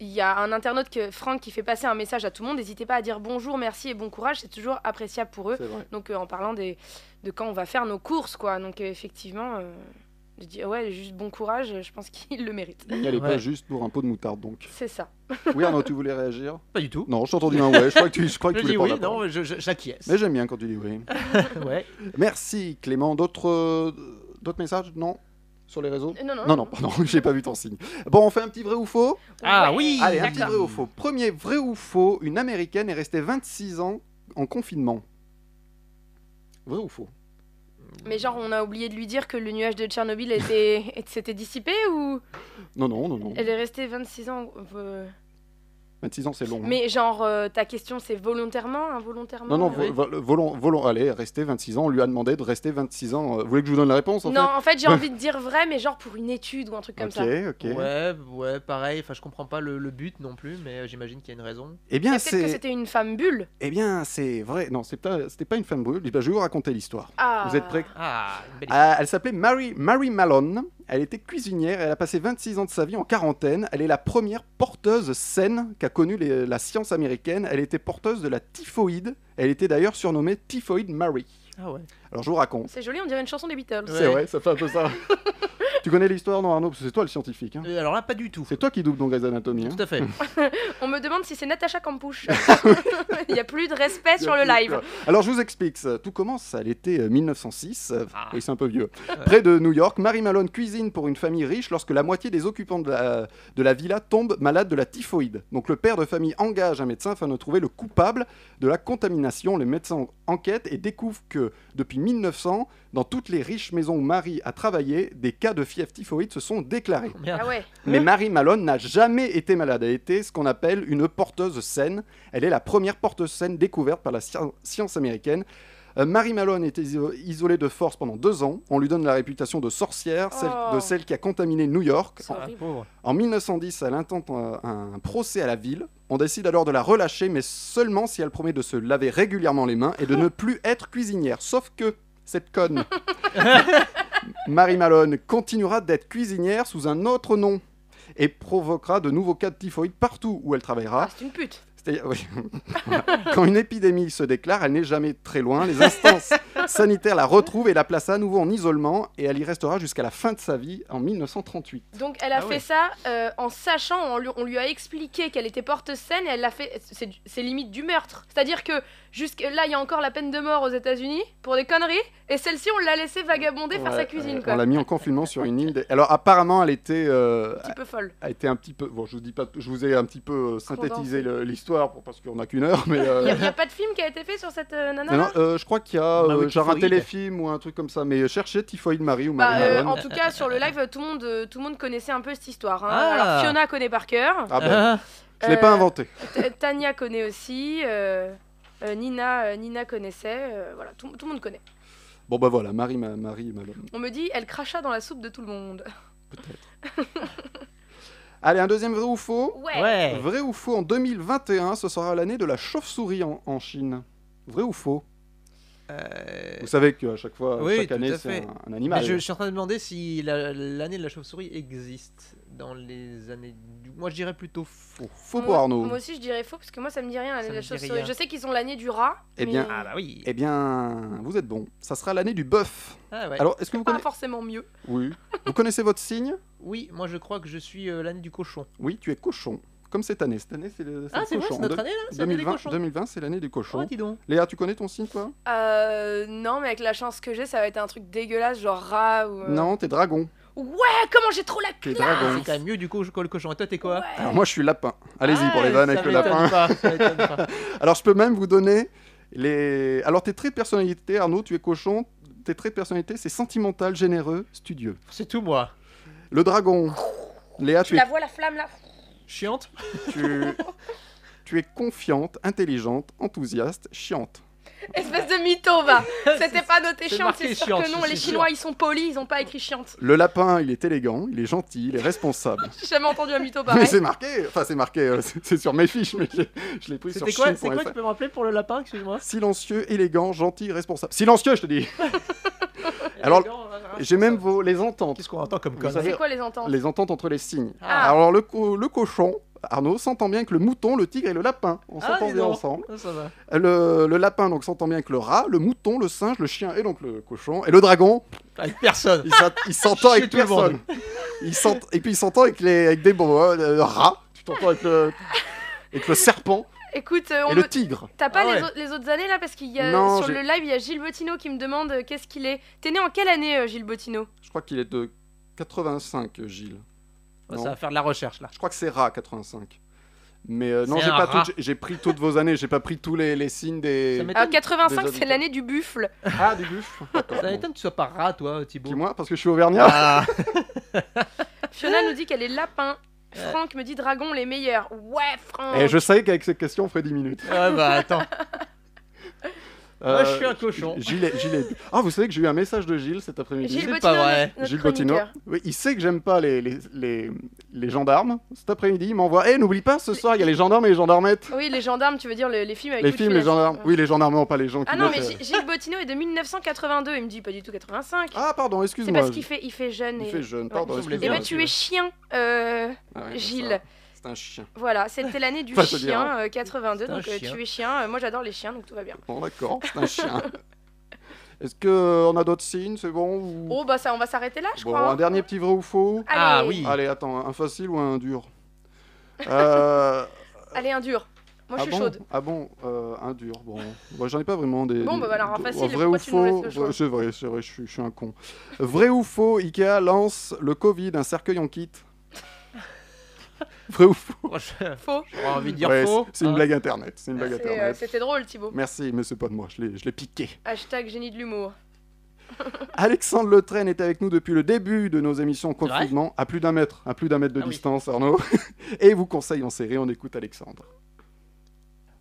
S3: il y a un internaute, que, Franck, qui fait passer un message à tout le monde. N'hésitez pas à dire bonjour, merci et bon courage. C'est toujours appréciable pour eux.
S1: c'est vrai.
S3: Donc, euh, en parlant des, de quand on va faire nos courses, quoi. Donc, euh, effectivement, euh, je dis ouais, juste bon courage. euh, Je pense qu'il le mérite.
S1: Elle est
S2: Ouais.
S1: pas juste pour un pot de moutarde donc.
S3: C'est ça.
S1: Oui Arnaud, tu voulais réagir
S2: Pas du tout.
S1: Non, je t'ai entendu un ouais. Je crois que tu, je crois que
S2: Je
S1: tu
S2: dis
S1: voulais
S2: oui,
S1: prendre la parole.
S2: non, je- je- j'acquiesce.
S1: Mais j'aime bien quand tu dis oui.
S2: Ouais.
S1: Merci Clément. D'autres euh, d'autres messages Non Sur les réseaux
S3: Euh, Non, non.
S1: Non, non, pardon, j'ai pas vu ton signe. Bon, on fait un petit vrai ou faux
S2: Ah
S3: Ouais.
S2: oui,
S1: Allez, un petit
S2: d'accord.
S1: vrai ou faux. Premier vrai ou faux, une américaine est restée 26 ans en confinement. Vrai ou faux
S3: Mais genre, on a oublié de lui dire que le nuage de Tchernobyl était s'était dissipé ou
S1: Non, non, non, non.
S3: elle est restée 26 ans. euh,
S1: 26 ans, c'est long. hein.
S3: Mais genre, euh, ta question, c'est volontairement, involontairement
S1: Non, non,
S3: euh,
S1: vo- vo- volon, volon, allez, restez 26 ans. On lui a demandé de rester 26 ans. Euh, Vous voulez que je vous donne la réponse en
S3: Non, en fait, j'ai envie de dire vrai, mais genre pour une étude ou un truc
S1: fait
S3: comme ça.
S1: Ok, ok.
S2: Ouais, ouais, pareil. Enfin, je comprends pas le, le but non plus, mais euh, j'imagine qu'il y a une raison.
S1: Eh
S3: Mais
S1: bien,
S3: Peut-être que
S1: c'est
S3: c'était une femme bulle.
S1: eh bien, c'est vrai. Non, c'est pas- c'était pas une femme brûlée. Eh bien, Je vais vous raconter l'histoire.
S3: Ah.
S1: Vous êtes prêts
S2: Ah, une belle
S1: Ah, elle s'appelait Mary, Mary Mallon. Elle était cuisinière et elle a passé 26 ans de sa vie en quarantaine. Elle est la première porteuse saine qu'a connue les- la science américaine. Elle était porteuse de la typhoïde. Elle était d'ailleurs surnommée Typhoid Mary.
S2: histoire. Ah ouais.
S1: Alors je vous raconte.
S3: C'est joli, on dirait une chanson des Beatles.
S2: Ouais.
S1: C'est vrai, ça fait un peu ça. tu connais l'histoire, non Arnaud Parce que c'est toi le scientifique. hein.
S2: Euh, alors là, pas du tout.
S1: C'est toi qui double dans Grey's Anatomy. hein.
S2: Tout à fait.
S3: On me demande si c'est Natacha Campouche.
S1: Ah
S3: Il n'y a plus de respect sur le live.
S1: Euh, Alors je vous explique, ça. tout commence à l'été euh, 1906, Euh,
S2: Ah.
S1: oui c'est un peu vieux, près de New York, Mary Malone cuisine pour une famille riche lorsque la moitié des occupants de la, de la villa tombe malade de la typhoïde. Donc le père de famille engage un médecin afin de trouver le coupable de la contamination. Les médecins enquêtent et découvrent que depuis 1900, dans toutes les riches maisons où Mary a travaillé, des cas de fièvre typhoïde se sont déclarés.
S2: Merde.
S3: Ah ouais.
S1: Mais Marie Malone n'a jamais été malade. Elle était ce qu'on appelle une porteuse saine. Elle est la première porteuse saine découverte par la sci- science américaine. Euh, Marie Malone était iso- isolée de force pendant deux ans. On lui donne la réputation de sorcière, celle,
S3: Oh.
S1: de celle qui a contaminé New York.
S3: C'est horrible.
S2: Pauvre.
S1: En 1910, elle intente un, un procès à la ville. On décide alors de la relâcher, mais seulement si elle promet de se laver régulièrement les mains et de ne plus être cuisinière. Sauf que cette conne, Marie Malone, continuera d'être cuisinière sous un autre nom et provoquera de nouveaux cas de typhoïde partout où elle travaillera.
S3: Ah, c'est une pute.
S1: C'est-à-dire- oui. Voilà. Quand une épidémie se déclare, elle n'est jamais très loin. Les instances sanitaires la retrouvent et la placent à nouveau en isolement et elle y restera jusqu'à la fin de sa vie en 1938.
S3: Donc elle a
S2: Ah
S3: fait
S2: ouais.
S3: ça euh, en sachant, on lui, on lui a expliqué qu'elle était porteuse saine et elle l'a fait. C'est c'est limite du meurtre. C'est-à-dire que jusque là, il y a encore la peine de mort aux États-Unis pour des conneries et celle-ci, on l'a laissée vagabonder faire
S1: Ouais,
S3: sa cuisine
S1: ouais,
S3: quoi.
S1: On l'a mis en confinement sur une île. de- Alors apparemment, elle était, euh,
S3: Un petit peu folle.
S1: a été un petit peu. Bon, je vous dis pas, je vous ai un petit peu euh,
S3: Condensé.
S1: synthétisé le- l'histoire pour- parce qu'on n'a qu'une heure, mais. euh,
S3: Il n'y a, pas de film qui a été fait sur cette euh, nana
S1: non, non, euh, je crois qu'il y a
S2: Bah oui,
S1: euh, genre un
S2: typhoïde.
S1: téléfilm ou un truc comme ça, mais euh, cherchez Typhoïde Marie ou
S3: Bah,
S1: Marie
S3: euh,
S1: Malone.
S3: en tout cas, sur le live, tout le monde, euh, tout le monde connaissait un peu cette histoire. hein.
S2: Ah.
S3: Alors, Fiona connaît par cœur,
S1: Ah ben,
S2: Ah,
S1: je l'ai
S3: euh,
S1: pas inventé.
S3: T- Tania connaît aussi, euh, euh, Nina, euh, Nina connaissait, euh, voilà, tout, tout le monde connaît.
S1: Bon bah voilà, Marie, Ma- Marie Malone.
S3: On me dit, elle cracha dans la soupe de tout le monde.
S1: Allez, un deuxième vrai ou faux
S3: Ouais.
S2: Ouais.
S1: Vrai ou faux, en 2021, ce sera l'année de la chauve-souris en, en Chine. Vrai ou faux
S2: Euh,
S1: Vous savez qu'à chaque fois,
S2: oui,
S1: chaque
S2: tout
S1: année,
S2: à
S1: c'est
S2: fait.
S1: un, un
S2: mais
S1: animal.
S2: je, je suis en train de demander si la- l'année de la chauve-souris existe dans les années. du- Moi, je dirais plutôt faux.
S1: Faux pour
S3: moi,
S1: Arnaud.
S3: moi aussi, je dirais faux, parce que moi, ça me dit rien, l'année
S2: Ça
S3: de
S2: me
S3: la
S2: dit
S3: chauve-souris.
S2: rien.
S3: Je sais qu'ils ont l'année du rat.
S1: Eh
S3: mais
S1: bien,
S2: Ah bah oui.
S1: Eh bien, vous êtes bon. Ça sera l'année du bœuf.
S2: Ah ouais.
S1: Alors, est-ce que vous
S3: pas
S1: connaissez...
S3: forcément mieux.
S1: Oui. vous connaissez votre signe
S2: Oui, moi je crois que je suis euh, l'année du cochon.
S1: Oui, tu es cochon. Comme cette année. Cette année, c'est le,
S2: Ah,
S1: le
S2: c'est vrai,
S1: cochon.
S2: c'est notre
S1: De-
S2: année là C'est l'année des
S1: 2020,
S2: cochons.
S1: 2020, c'est l'année du cochon.
S2: Oh, dis donc.
S1: Léa, tu connais ton signe, toi
S3: Euh, non, mais avec la chance que j'ai, ça va être un truc dégueulasse, genre rat ou. euh,
S1: Non, t'es dragon.
S3: Ouais, comment j'ai trop la
S1: T'es
S3: classe
S1: dragon.
S2: C'est quand même mieux du coup que le cochon. Et toi, t'es quoi
S3: Ouais.
S1: Alors moi, je suis lapin. Allez-y pour les
S2: Ah,
S1: vannes
S2: ça
S1: avec le
S2: m'étonne
S1: lapin.
S2: pas, ça m'étonne pas.
S1: Alors, je peux même vous donner les... Alors, tes traits de personnalité, Arnaud, tu es cochon. Tes traits de personnalité, c'est sentimental, généreux, studieux.
S2: C'est tout moi.
S1: Le dragon. Léa,
S3: Tu
S1: Ah, tu es,
S3: la vois la flamme là
S2: Chiante
S1: tu... tu es confiante, intelligente, enthousiaste, chiante.
S3: Espèce de mytho, va C'était pas noté
S2: c'est
S3: chiante,
S2: marqué
S3: c'est sûr
S2: chiante,
S3: que non.
S2: c'est
S3: Les
S2: sûr.
S3: Chinois, ils sont polis, ils ont pas écrit chiante.
S1: Le lapin, il est élégant, il est gentil, il est responsable.
S3: J'ai jamais entendu un mytho
S1: Mais
S3: pareil.
S1: c'est marqué, enfin c'est marqué, euh, c'est c'est sur mes fiches, mais j'ai- je l'ai pris sur
S2: C'était quoi C'est quoi
S1: chine.fr.
S2: Tu peux me rappeler pour le lapin, excuse-moi
S1: Silencieux, élégant, gentil, responsable. Silencieux, je te dis. Alors, J'ai même vos- les ententes.
S2: Qu'est-ce qu'on entend comme
S1: Vous
S2: connerie
S1: savez-
S3: euh, C'est quoi les ententes
S1: Les ententes entre les signes.
S3: Ah.
S1: Alors le, co- le cochon, Arnaud, s'entend bien avec le mouton, le tigre et le lapin. On
S2: Ah,
S1: s'entend
S2: dis
S1: bien
S2: donc.
S1: ensemble.
S2: Ah, ça va.
S1: Le, le lapin donc s'entend bien avec le rat, le mouton, le singe, le chien et donc le cochon. Et le dragon,
S2: Avec personne.
S1: il s'en- il s'entend
S2: Chier
S1: avec
S2: tout le monde.
S1: personne. Il s'ent- et puis il s'entend avec, les- avec des bons, hein, le rat, tu t'entends avec le, avec le serpent
S3: Écoute, euh, on
S1: et
S3: me-
S1: le tigre.
S3: t'as pas
S2: Ah
S3: les,
S2: ouais.
S3: au- les autres années là Parce qu'il y a
S1: Non,
S3: sur
S1: j'ai-
S3: le live, il y a Gilles Bottino qui me demande euh, qu'est-ce qu'il est. T'es né en quelle année, euh, Gilles Bottino
S1: Je crois qu'il est de 85, euh, Gilles.
S2: Bah, Ça
S1: Non.
S2: va faire de la recherche là.
S1: Je crois que c'est rat 85. Mais euh, non,
S2: C'est
S1: j'ai
S2: un
S1: pas
S2: rat.
S1: toutes- j'ai pris toutes vos années, j'ai pas pris tous les, les signes
S2: Ça
S1: des.
S2: m'étonne-
S3: Alors 85,
S1: Des
S3: Ah, c'est l'année du buffle.
S1: Euh, Ah, du buffle D'accord,
S2: Ça
S1: bon.
S2: m'étonne que tu sois pas rat, toi, Thibaut.
S1: Dis-moi, parce que je suis auvergnat.
S2: Ah,
S3: Fiona nous dit qu'elle est lapin. Franck me dit dragon les meilleurs. Ouais, Franck.
S1: Et Eh, je savais qu'avec cette question, on ferait 10 minutes.
S2: ouais, bah attends. Moi, je
S1: Euh,
S2: suis un cochon.
S1: Gilles, est- Gilles est- Ah, vous savez que j'ai eu un message de Gilles cet après-midi.
S3: Gilles
S2: c'est pas
S3: Bottino,
S2: vrai.
S3: notre- notre
S1: Gilles Bottino.
S3: chroniqueur.
S1: Oui, il sait que j'aime pas les, les, les- les gendarmes. Cet après-midi, il m'envoie Eh, n'oublie pas, ce soir, il y a les gendarmes et les gendarmettes.
S3: Oui, les gendarmes, tu veux dire le- les films avec
S1: Les
S3: Louis de
S1: films, les
S3: Funès.
S1: gendarmes.
S3: Ouais.
S1: Oui, les gendarmes, non, pas les gens qui
S3: Ah non, mais
S1: bossent, euh.
S3: Gi- Gilles Bottino est de 1982, il me dit pas du tout 85.
S1: Ah, pardon,
S3: c'est
S1: excuse-moi.
S3: parce qu'il fait, il fait jeune.
S1: Il
S3: et...
S1: fait jeune,
S3: Ouais.
S1: pardon.
S2: Eh ben,
S3: Eh
S1: excuse-moi.
S3: ben, tu es chien, euh,
S1: Ah ouais, bah, ça
S3: Gilles.
S1: va. C'est un chien. hein.
S3: Voilà, c'était l'année du
S1: Ça se
S3: chien,
S1: dira.
S3: euh, 82,
S2: C'est un
S3: donc euh,
S2: chien.
S3: tu es chien. euh, moi, j'adore les chiens, donc tout va bien.
S1: Bon, d'accord, c'est un chien. Est-ce qu'on a d'autres signes C'est bon ou...
S3: Oh, bah ça, on va s'arrêter là, je
S1: Bon,
S3: crois.
S1: un dernier petit vrai ou faux
S2: Ah
S3: Allez.
S2: oui.
S1: Allez, attends, un facile ou un dur Euh,
S3: Allez, un dur. Moi,
S1: ah
S3: je suis
S1: bon
S3: chaude.
S1: Ah bon, euh, un dur, bon. Moi, J'en ai pas vraiment des...
S3: Bon,
S1: des-
S3: bah, alors, un
S1: des-
S3: facile,
S1: vrai
S3: pourquoi
S1: ou
S3: tu nous
S1: faux
S3: laisses le choix
S1: Ouais, C'est vrai, c'est vrai, je suis, je suis un con. Vrai ou faux, Ikea lance le Covid, un cercueil en kit Vrai ou faux
S2: Moi, je-
S3: Faux.
S2: J'aurais envie de dire
S1: Ouais,
S2: faux.
S1: c'est- C'est une
S2: hein.
S1: blague internet, c'est une blague
S3: C'est, euh,
S1: internet.
S3: C'était drôle, Thibaut.
S1: Merci, mais c'est pas de moi, je l'ai je l'ai piqué.
S3: Hashtag génie de l'humour.
S1: Alexandre Le Train est avec nous depuis le début de nos émissions confinement, à plus d'un mètre, à plus d'un mètre de
S2: Ah oui.
S1: distance, Arnaud. Et vous conseille en série, on écoute Alexandre.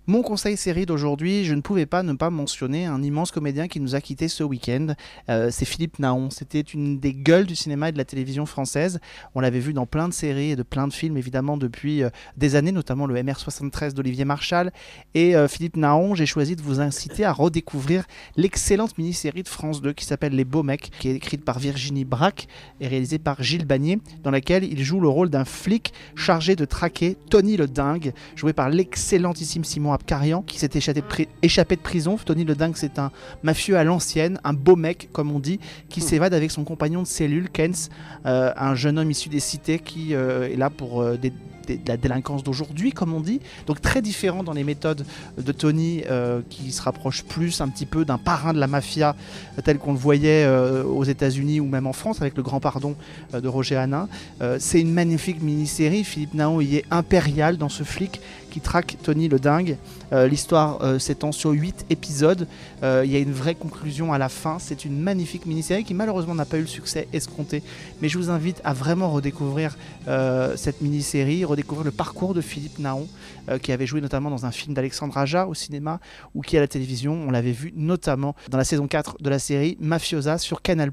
S8: Mon conseil série d'aujourd'hui, je ne pouvais pas ne pas mentionner un immense comédien qui nous a quittés ce week-end. Euh, c'est Philippe Naon. C'était une des gueules du cinéma et de la télévision française. On l'avait vu dans plein de séries et de plein de films, évidemment, depuis euh, des années, notamment le MR73 d'Olivier Marchal. Et euh, Philippe Naon, j'ai choisi de vous inciter à redécouvrir l'excellente mini-série de France 2 qui s'appelle Les Beaux Mecs, qui est écrite par Virginie Braque et réalisée par Gilles Bagnier, dans laquelle il joue le rôle d'un flic chargé de traquer Tony le Dingue, joué par l'excellentissime Simon Abkarian, qui s'est échappé, de pri- échappé de prison. Tony Le Dingue, c'est un mafieux à l'ancienne, un beau mec, comme on dit, qui s'évade avec son compagnon de cellule, Kens, euh, un jeune homme issu des cités qui euh, est là pour euh, des- des- de la délinquance d'aujourd'hui, comme on dit. Donc très différent dans les méthodes de Tony, euh, qui se rapproche plus un petit peu d'un parrain de la mafia, euh, tel qu'on le voyait euh, aux États-Unis ou même en France, avec le grand pardon euh, de Roger Hanin. Euh, c'est une magnifique mini-série. Philippe Naon y est impérial dans ce flic qui traque Tony le dingue. Euh, L'histoire euh, s'étend sur 8 épisodes. Euh, Il y a une vraie conclusion à la fin. C'est une magnifique mini-série qui malheureusement n'a pas eu le succès escompté. Mais je vous invite à vraiment redécouvrir euh, cette mini-série, redécouvrir le parcours de Philippe Naon, euh, qui avait joué notamment dans un film d'Alexandre Aja au cinéma ou qui à la télévision. On l'avait vu notamment dans la saison 4 de la série Mafiosa sur Canal+.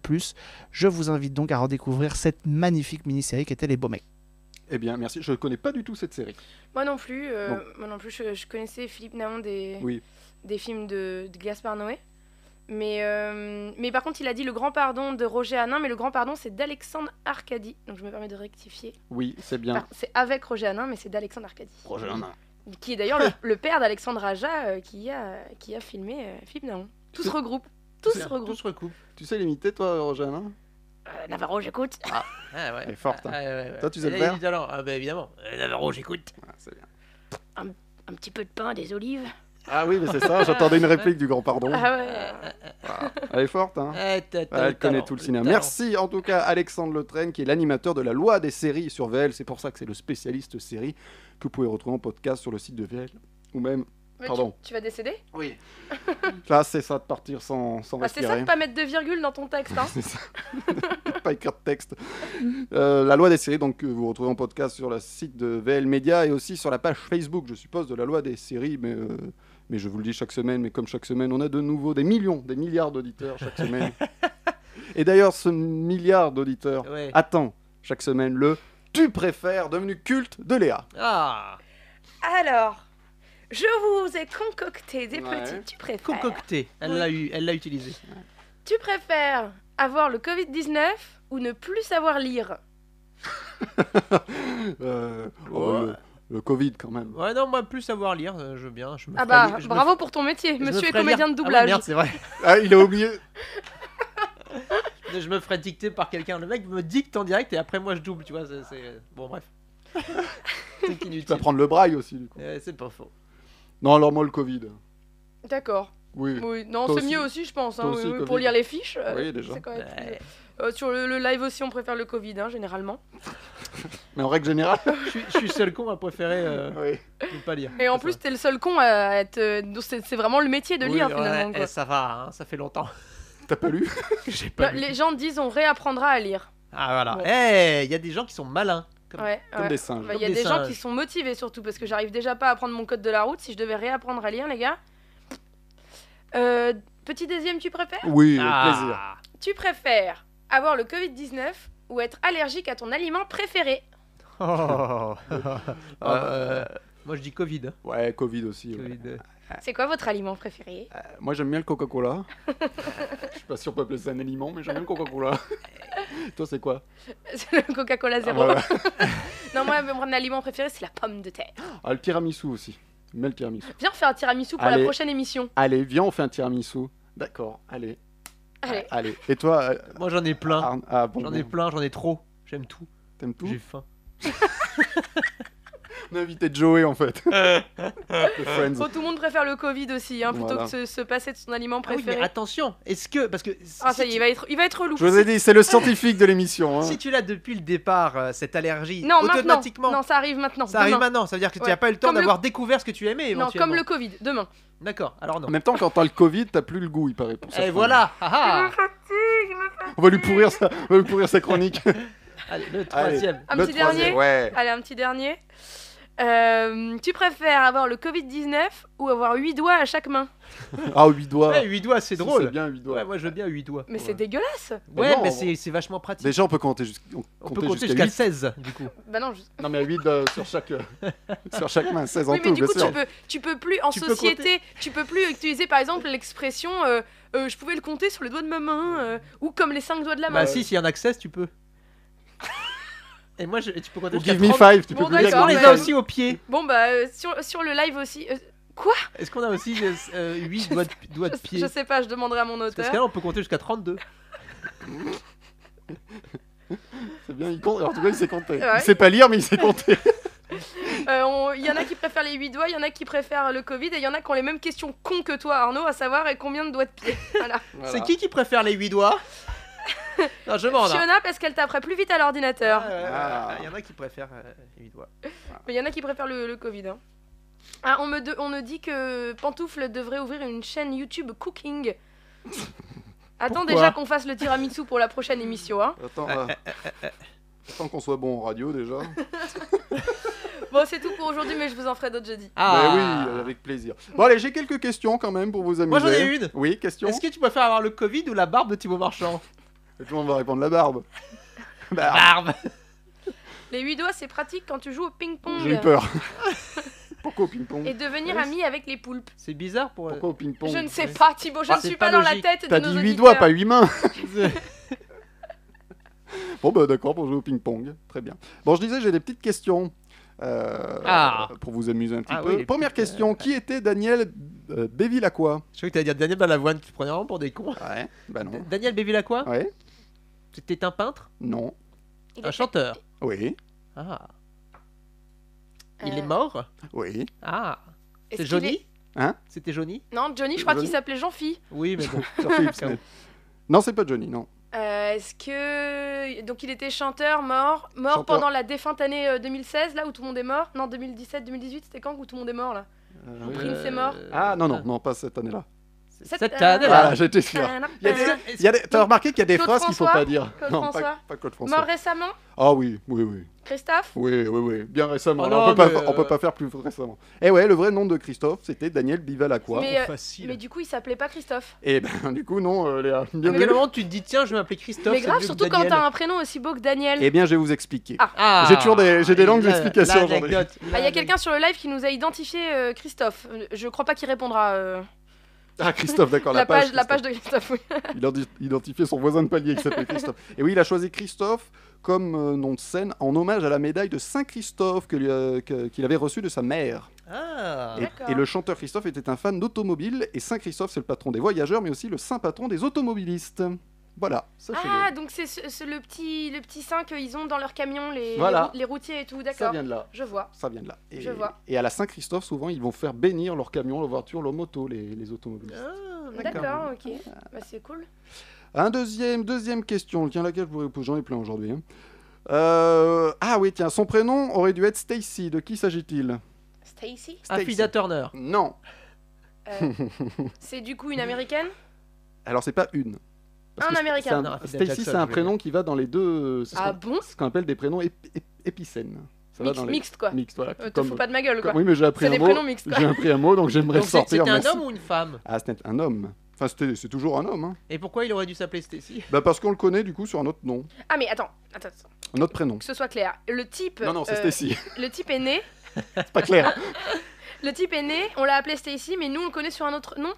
S8: Je vous invite donc à redécouvrir cette magnifique mini-série qui était Les Beaux Mecs.
S1: Eh bien, merci. Je ne connais pas du tout cette série.
S3: Moi non plus, euh, moi non plus, je, je connaissais Philippe Naon des,
S1: Oui.
S3: des films de, de Gaspard Noé. Mais, euh, mais par contre, il a dit Le Grand Pardon de Roger Hanin, mais Le Grand Pardon, c'est d'Alexandre Arcadie. Donc je me permets de rectifier.
S1: Oui, c'est bien.
S3: Enfin, c'est avec Roger Hanin, mais c'est d'Alexandre Arcadie.
S1: Roger Hanin.
S3: Qui est d'ailleurs le, le père d'Alexandre Aja euh, qui, a, qui a filmé euh, Philippe Naon. Tout se
S1: C'est-
S3: regroupe. Tout
S1: c'est-
S3: se regroupe.
S2: se recoupe.
S1: Tu sais l'imiter, toi, Roger Hanin
S3: Euh, Navarro, j'écoute.
S2: Ah ouais.
S1: Elle est forte, hein.
S2: Ah, ouais, ouais, ouais.
S1: Toi, tu sais le
S2: Elle est
S1: faire
S2: évidemment. Ah, bah, évidemment. Euh, Navarro, j'écoute.
S1: Ah, c'est bien.
S3: Un petit peu de pain, des olives.
S1: Ah oui, mais c'est ça. J'attendais une réplique du grand pardon.
S3: Ah ouais.
S2: Euh,
S1: Elle est forte, hein
S2: Ah, t'as- t'as
S1: Ah, elle connaît
S2: talent,
S1: tout le cinéma.
S2: talent.
S1: Merci en tout cas Alexandre Le Train qui est l'animateur de la loi des séries sur VL. C'est pour ça que c'est le spécialiste série que vous pouvez retrouver en podcast sur le site de VL. Ou même,
S3: Ouais,
S1: Pardon.
S3: Tu, tu vas décéder
S1: oui. là c'est ça de partir sans, sans
S3: Bah, C'est ça
S1: respirer.
S3: de pas mettre de virgule dans ton texte. Hein.
S1: C'est ça. pas écrire de texte. Euh, la loi des séries, donc que vous retrouvez en podcast sur le site de VL Media et aussi sur la page Facebook, je suppose, de la loi des séries. Mais, euh, mais je vous le dis chaque semaine, mais comme chaque semaine, on a de nouveau des millions, des milliards d'auditeurs chaque semaine. et d'ailleurs, ce milliard d'auditeurs
S2: Ouais.
S1: attend chaque semaine le tu préfères devenu culte de Léa.
S2: Ah,
S3: Alors, je vous ai concocté des
S1: Ouais.
S3: petits. Tu préfères
S2: concocté. Elle l'a eu, elle l'a utilisé.
S3: Tu préfères avoir le Covid-19 ou ne plus savoir lire
S1: Euh, oh,
S2: Ouais.
S1: le, le Covid quand même.
S2: Ouais, non, moi, plus savoir lire, euh, je veux bien. Je me
S3: Ah
S2: ferais
S3: bah,
S2: lire- je me
S3: bravo pour ton métier,
S2: Je me
S3: monsieur est
S2: ferais
S3: comédien
S2: lire-
S3: de
S2: Ah ouais,
S3: doublage.
S2: merde, c'est vrai.
S1: Ah, il a oublié.
S2: Je me ferais dicter par quelqu'un. Le mec me dicte en direct et après moi je double, tu vois. c'est- C'est bon, bref. C'est
S1: Tu vas
S2: inutile.
S1: prendre le braille aussi du coup.
S2: Euh, c'est pas faux.
S1: Non, alors moi le Covid.
S3: D'accord.
S1: Oui.
S3: Oui, non,
S1: Toi
S3: c'est
S1: aussi.
S3: mieux aussi, je pense, hein,
S1: Toi
S3: oui,
S1: aussi,
S3: oui,
S1: Covid.
S3: pour lire les fiches. euh,
S1: Oui, déjà.
S3: c'est quand même plus-
S2: Ouais.
S3: Euh, sur le, le live aussi, on préfère le Covid, hein, généralement.
S1: Mais en règle générale.
S2: je, suis, je suis seul con à préférer euh,
S1: oui.
S2: ne pas lire.
S3: Et en
S2: Ça
S3: plus,
S2: va.
S3: t'es le seul con à être. euh, donc c'est c'est vraiment le métier de
S2: Oui,
S3: lire,
S2: ouais,
S3: finalement.
S2: eh,
S3: quoi.
S2: ça va, hein, ça fait longtemps.
S1: T'as pas lu
S2: J'ai
S3: Non,
S2: pas lu.
S3: les gens disent on réapprendra à lire.
S2: Ah voilà.
S3: Bon.
S2: Eh, il y a des gens qui sont malins. Comme-
S3: Ouais,
S1: Comme
S3: ouais.
S1: des singes.
S3: Bah, Il y a
S2: Comme
S3: des
S2: des
S3: gens
S2: singes.
S3: qui sont motivés surtout parce que j'arrive déjà pas à prendre mon code de la route. Si je devais réapprendre à lire, les gars. Euh, petit deuxième, tu préfères
S1: Oui, avec plaisir.
S2: Ah.
S3: Tu préfères avoir le Covid-19 ou être allergique à ton aliment préféré
S2: Oh.
S1: Ah,
S2: Euh, moi je dis Covid. hein.
S1: Ouais, Covid aussi. ouais.
S2: Covid, euh.
S3: C'est quoi votre aliment préféré
S1: Ah. Euh, Moi, j'aime bien le Coca-Cola. Je suis pas sûr qu'on peut appeler ça un aliment, mais j'aime bien le Coca-Cola. Toi, c'est quoi
S3: C'est le Coca-Cola
S1: ah,
S3: zéro.
S1: voilà.
S3: Non, moi, mon aliment préféré, c'est la pomme de terre.
S1: Ah, le tiramisu aussi. Mais le tiramisu.
S3: Viens, on fait un tiramisu pour la
S1: Allez.
S3: prochaine émission.
S1: Allez, viens, on fait un tiramisu. D'accord, allez.
S3: Allez.
S1: Allez. Et toi, euh,
S2: Moi j'en ai plein.
S1: Arne- ah, bon,
S2: J'en ai plein, j'en ai trop. J'aime tout.
S1: T'aimes tout
S2: J'ai faim.
S1: On a invité Joey, en fait. The Friends.
S3: Bon, tout le monde préfère le Covid aussi, hein, plutôt
S1: Voilà.
S3: que se, se passer de son aliment
S2: Ah oui, mais
S3: préféré. Ah,
S2: attention. Est-ce que parce que
S3: ça
S2: si
S3: y est,
S2: tu-
S3: il va être, il va être relou.
S1: Je vous ai dit, c'est le scientifique de l'émission. hein.
S2: Si tu l'as depuis le départ, euh, cette allergie,
S3: Non, maintenant.
S2: automatiquement,
S3: Non, ça arrive maintenant.
S2: ça arrive
S3: demain.
S2: maintenant. Ça veut dire que tu
S3: Ouais.
S2: n'as pas eu le temps
S3: Comme le-
S2: d'avoir découvert ce que tu aimais
S3: Non,
S2: éventuellement.
S3: comme le Covid, demain.
S2: D'accord, alors non.
S1: En même temps, quand t'as le Covid, t'as plus le goût, il paraît. Pour
S2: Et
S1: certains.
S2: voilà ah, ah.
S1: On va lui pourrir sa, on va lui pourrir sa chronique.
S2: Allez, le troisième.
S3: Un
S1: Le
S3: petit Ah,
S1: troisième,
S3: dernier
S1: Ouais.
S3: Allez, un petit dernier. Euh, tu préfères avoir le Covid-19 ou avoir 8 doigts à chaque main
S1: Ah, huit doigts.
S2: Ouais, 8 doigts, c'est
S1: Si,
S2: drôle.
S1: C'est bien, huit doigts.
S2: Ouais, moi je veux bien 8 doigts.
S3: Mais c'est
S1: Ouais.
S3: dégueulasse
S1: Mais
S2: Ouais,
S1: non,
S2: mais
S1: on-
S2: c'est c'est vachement pratique.
S1: Déjà, on peut compter, jusqu'- on
S2: On
S1: compter
S2: peut compter
S1: jusqu'à
S2: jusqu'à
S1: 8.
S2: 16 du coup.
S3: Bah non, je-
S1: Non, mais 8 sur, chaque, euh, sur chaque main, 16 en
S3: Oui, mais
S1: tout,
S3: du
S1: bien
S3: coup,
S1: sûr.
S3: tu peux, tu peux plus, en
S2: Tu peux
S3: société, tu peux plus utiliser par exemple l'expression euh, euh, je pouvais le compter sur le doigt de ma main euh, ou comme les 5 doigts de la main.
S2: Bah si, s'il y a un access, tu peux. Et moi, je... tu peux compter
S1: Ou
S2: jusqu'à
S1: give me
S2: 30.
S1: 5, tu
S3: Bon,
S1: peux plus dire
S3: d'accord,
S2: On
S1: give
S2: les
S1: me
S3: mais-
S2: a
S1: five.
S2: aussi au pied.
S3: Bon, bah euh, sur, sur le live aussi. euh,
S2: Est-ce qu'on a aussi euh, 8 doigts de, doigts de
S3: je,
S2: pied
S3: je sais pas, je demanderai à mon
S2: Parce
S3: auteur.
S2: que là, on peut compter jusqu'à 32.
S1: C'est bien, il compte. Alors, en tout cas, il sait compter.
S3: Ouais.
S1: Il sait pas lire, mais il sait compter.
S3: Euh, on- Il y en a qui préfèrent les 8 doigts, il y en a qui préfèrent le Covid et il y en a qui ont les mêmes questions cons que toi, Arnaud, à savoir et combien de doigts de pied. Voilà.
S2: C'est qui qui préfère les 8 doigts Non, je hein. m'en
S3: Fiona, parce qu'elle taperait plus vite à l'ordinateur.
S1: Ah.
S2: Il y en a qui préfèrent euh, les 8 doigts.
S3: Mais il y en a qui préfèrent le, le Covid. hein. Ah, on me, de- on me dit que Pantoufle devrait ouvrir une chaîne YouTube Cooking. Attends
S2: Pourquoi
S3: déjà qu'on fasse le tiramisu pour la prochaine émission. Hein.
S1: Attends, euh, attends qu'on soit bon en radio déjà.
S3: Bon, c'est tout pour aujourd'hui, mais je vous en ferai d'autres jeudi.
S1: Ah. Mais Ben oui, avec plaisir. Bon, allez, j'ai quelques questions quand même pour vous amuser.
S2: Ah. Moi, j'en ai une.
S1: Oui, question.
S2: Est-ce que tu préfères avoir le Covid ou la barbe de Thibaut Marchand
S1: Tout le monde va répondre la barbe. Barbe.
S2: Barbe
S3: Les huit doigts, c'est pratique quand tu joues au ping-pong.
S1: J'ai eu peur. Pourquoi au ping-pong
S3: Et devenir
S2: Oui.
S3: ami avec les poulpes.
S2: C'est bizarre pour. euh,
S1: Pourquoi au ping-pong
S3: je ne sais
S2: oui.
S3: pas, Thibaut, je
S2: Ah,
S3: ne
S2: c'est
S3: suis
S2: pas
S3: pas, dans la
S2: logique.
S3: tête
S1: T'as
S3: de
S1: dit
S3: nos
S1: 8 doigts,
S3: auditeurs.
S1: pas 8 mains Bon, bah d'accord, pour jouer au ping-pong. Très bien. Bon, je disais, j'ai des petites questions. euh,
S2: Ah.
S1: Pour vous amuser un petit
S2: Ah
S1: peu.
S2: oui, les
S1: Première
S2: petites,
S1: question qui était Daniel euh, Bévilacqua
S2: Je croyais que t'allais dire Daniel Balavoine, tu te prenais vraiment pour des cons.
S1: Ouais. Bah non.
S2: Daniel Bévilacqua
S1: Ouais
S2: C'était un peintre
S1: Non.
S3: Il
S2: Un
S3: est-
S2: chanteur
S1: Oui.
S2: Ah. Il
S3: Euh,
S2: est mort
S1: Oui.
S2: Ah.
S3: est-ce
S2: C'est
S3: qu'il
S2: Johnny
S3: est-
S1: Hein
S2: C'était Johnny
S3: Non, Johnny, je crois
S1: Johnny
S3: qu'il s'appelait Jean-Phi.
S2: Oui, mais bon.
S1: Sur Philips
S2: Quand
S1: Net. Non, c'est pas Johnny, non.
S3: Euh, Est-ce que. Donc il était chanteur, mort, mort
S1: Chanteur.
S3: pendant la défunte année euh, 2016, là où tout le monde est mort Non, 2017, 2018, c'était quand où tout le monde est mort là Prince est mort.
S1: Ah non, non, non, pas cette année-là.
S2: Cette,
S3: Cette-
S2: année
S3: Voilà.
S1: Ah, j'étais sûr. Il y a
S3: Euh,
S1: des- il y a des- T'as remarqué qu'il y a des
S3: Claude
S1: phrases qu'il faut
S3: François
S1: pas dire.
S3: Claude
S1: non, pas,
S3: François
S1: pas Claude François.
S3: Mort récemment
S1: Ah oui, oui, oui.
S3: Christophe
S1: Oui, oui, oui, bien récemment.
S2: Oh
S1: Alors, on,
S2: non,
S1: peut
S2: mais,
S1: pas,
S3: euh,
S1: on peut pas faire plus récemment. Et ouais, le vrai nom de Christophe, c'était Daniel Bivalacqua.
S3: Mais, euh,
S2: Facile.
S3: Mais du coup, il s'appelait pas Christophe.
S1: Et ben, du coup, non, euh, Léa.
S3: Ah,
S2: À
S1: Bienvenue.
S2: quel moment tu te dis, tiens, je vais m'appeler Christophe
S3: mais
S2: c'est
S3: grave,
S2: mieux que
S3: surtout quand
S2: Daniel.
S3: t'as un prénom aussi beau que Daniel.
S1: Eh bien, je vais vous expliquer.
S3: Ah.
S2: Ah,
S1: J'ai toujours des- j'ai des
S2: et
S1: longues
S2: là-
S1: explications
S2: là,
S1: aujourd'hui.
S2: l'anecdote,
S3: Ah, il y
S2: là,
S3: a quelqu'un sur le live qui nous a identifié euh, Christophe. Euh, Je crois pas qu'il répondra. euh,
S1: Ah, Christophe, d'accord,
S3: la,
S1: la,
S3: page, la
S1: Christophe.
S3: page de Christophe, oui.
S1: Il a identifié son voisin de palier qui s'appelait Christophe. Et oui, il a choisi Christophe comme euh, nom de scène en hommage à la médaille de Saint-Christophe que lui a- que- qu'il avait reçue de sa mère.
S2: Ah.
S1: Et-
S3: D'accord.
S1: et, le chanteur Christophe était un fan d'automobile. Et Saint-Christophe, c'est le patron des voyageurs, mais aussi le saint patron des automobilistes. Voilà, sachez-le.
S3: Ah, donc c'est ce- ce- le petit, le petit sein qu'ils ont dans leur camion, les,
S1: Voilà.
S3: les rou- les routiers et tout,
S1: Ça
S3: d'accord.
S1: vient de là.
S3: Je vois.
S1: Ça vient de là. Et,
S3: Je vois.
S1: et à la Saint-Christophe, souvent, ils vont faire bénir leurs camions, leurs voitures, leurs motos, les, les automobiles.
S2: Ah,
S3: D'accord, ok. Bah, c'est cool.
S1: Un deuxième, deuxième question, tiens, laquelle je pourrais poser, j'en ai plein aujourd'hui. hein. Euh, ah oui, tiens, son prénom aurait dû être Stacy. De qui
S3: Euh.
S1: s'agit-il
S3: Stacy
S2: Affida Ah, Turner.
S1: Non.
S3: Euh, C'est du coup une américaine
S1: Alors, c'est pas une. Parce
S3: Un
S1: que c'est-
S3: Américain.
S1: c'est un-
S2: Non, Affida
S1: Stacy,
S2: Jackson,
S1: c'est un
S2: je vais
S1: prénom qui va dans les deux. C'est ce
S3: Ah
S1: qu'on-
S3: bon
S1: ce qu'on appelle des prénoms ép- ép- épicènes. Ça va
S3: Mixte,
S1: dans les-
S3: mixte, quoi.
S1: Mixte, voilà.
S3: Euh, te
S1: Comme-
S3: fous pas de ma gueule quoi.
S1: comme- Oui, mais j'ai appris
S3: C'est
S1: un
S3: des
S1: mot.
S3: prénoms mixtes
S1: J'ai
S3: quoi.
S1: appris un mot, donc j'aimerais
S2: Donc
S1: le
S2: c'est-
S1: sortir.
S2: c'était un
S1: merci.
S2: homme ou une femme
S1: Ah, c'était un homme. Enfin, c'était- c'est toujours un homme. hein.
S2: Et pourquoi il aurait dû s'appeler Stacy
S1: Bah parce qu'on le connaît du coup sur un autre nom,
S3: Ah mais attends, attends, attends,
S1: un autre prénom.
S3: que ce soit clair. Le type,
S1: Non non, c'est
S3: euh,
S1: Stacy,
S3: le type est né,
S1: c'est pas clair.
S3: le type est né, on l'a appelé Stacy, mais nous on le connaît sur un autre nom.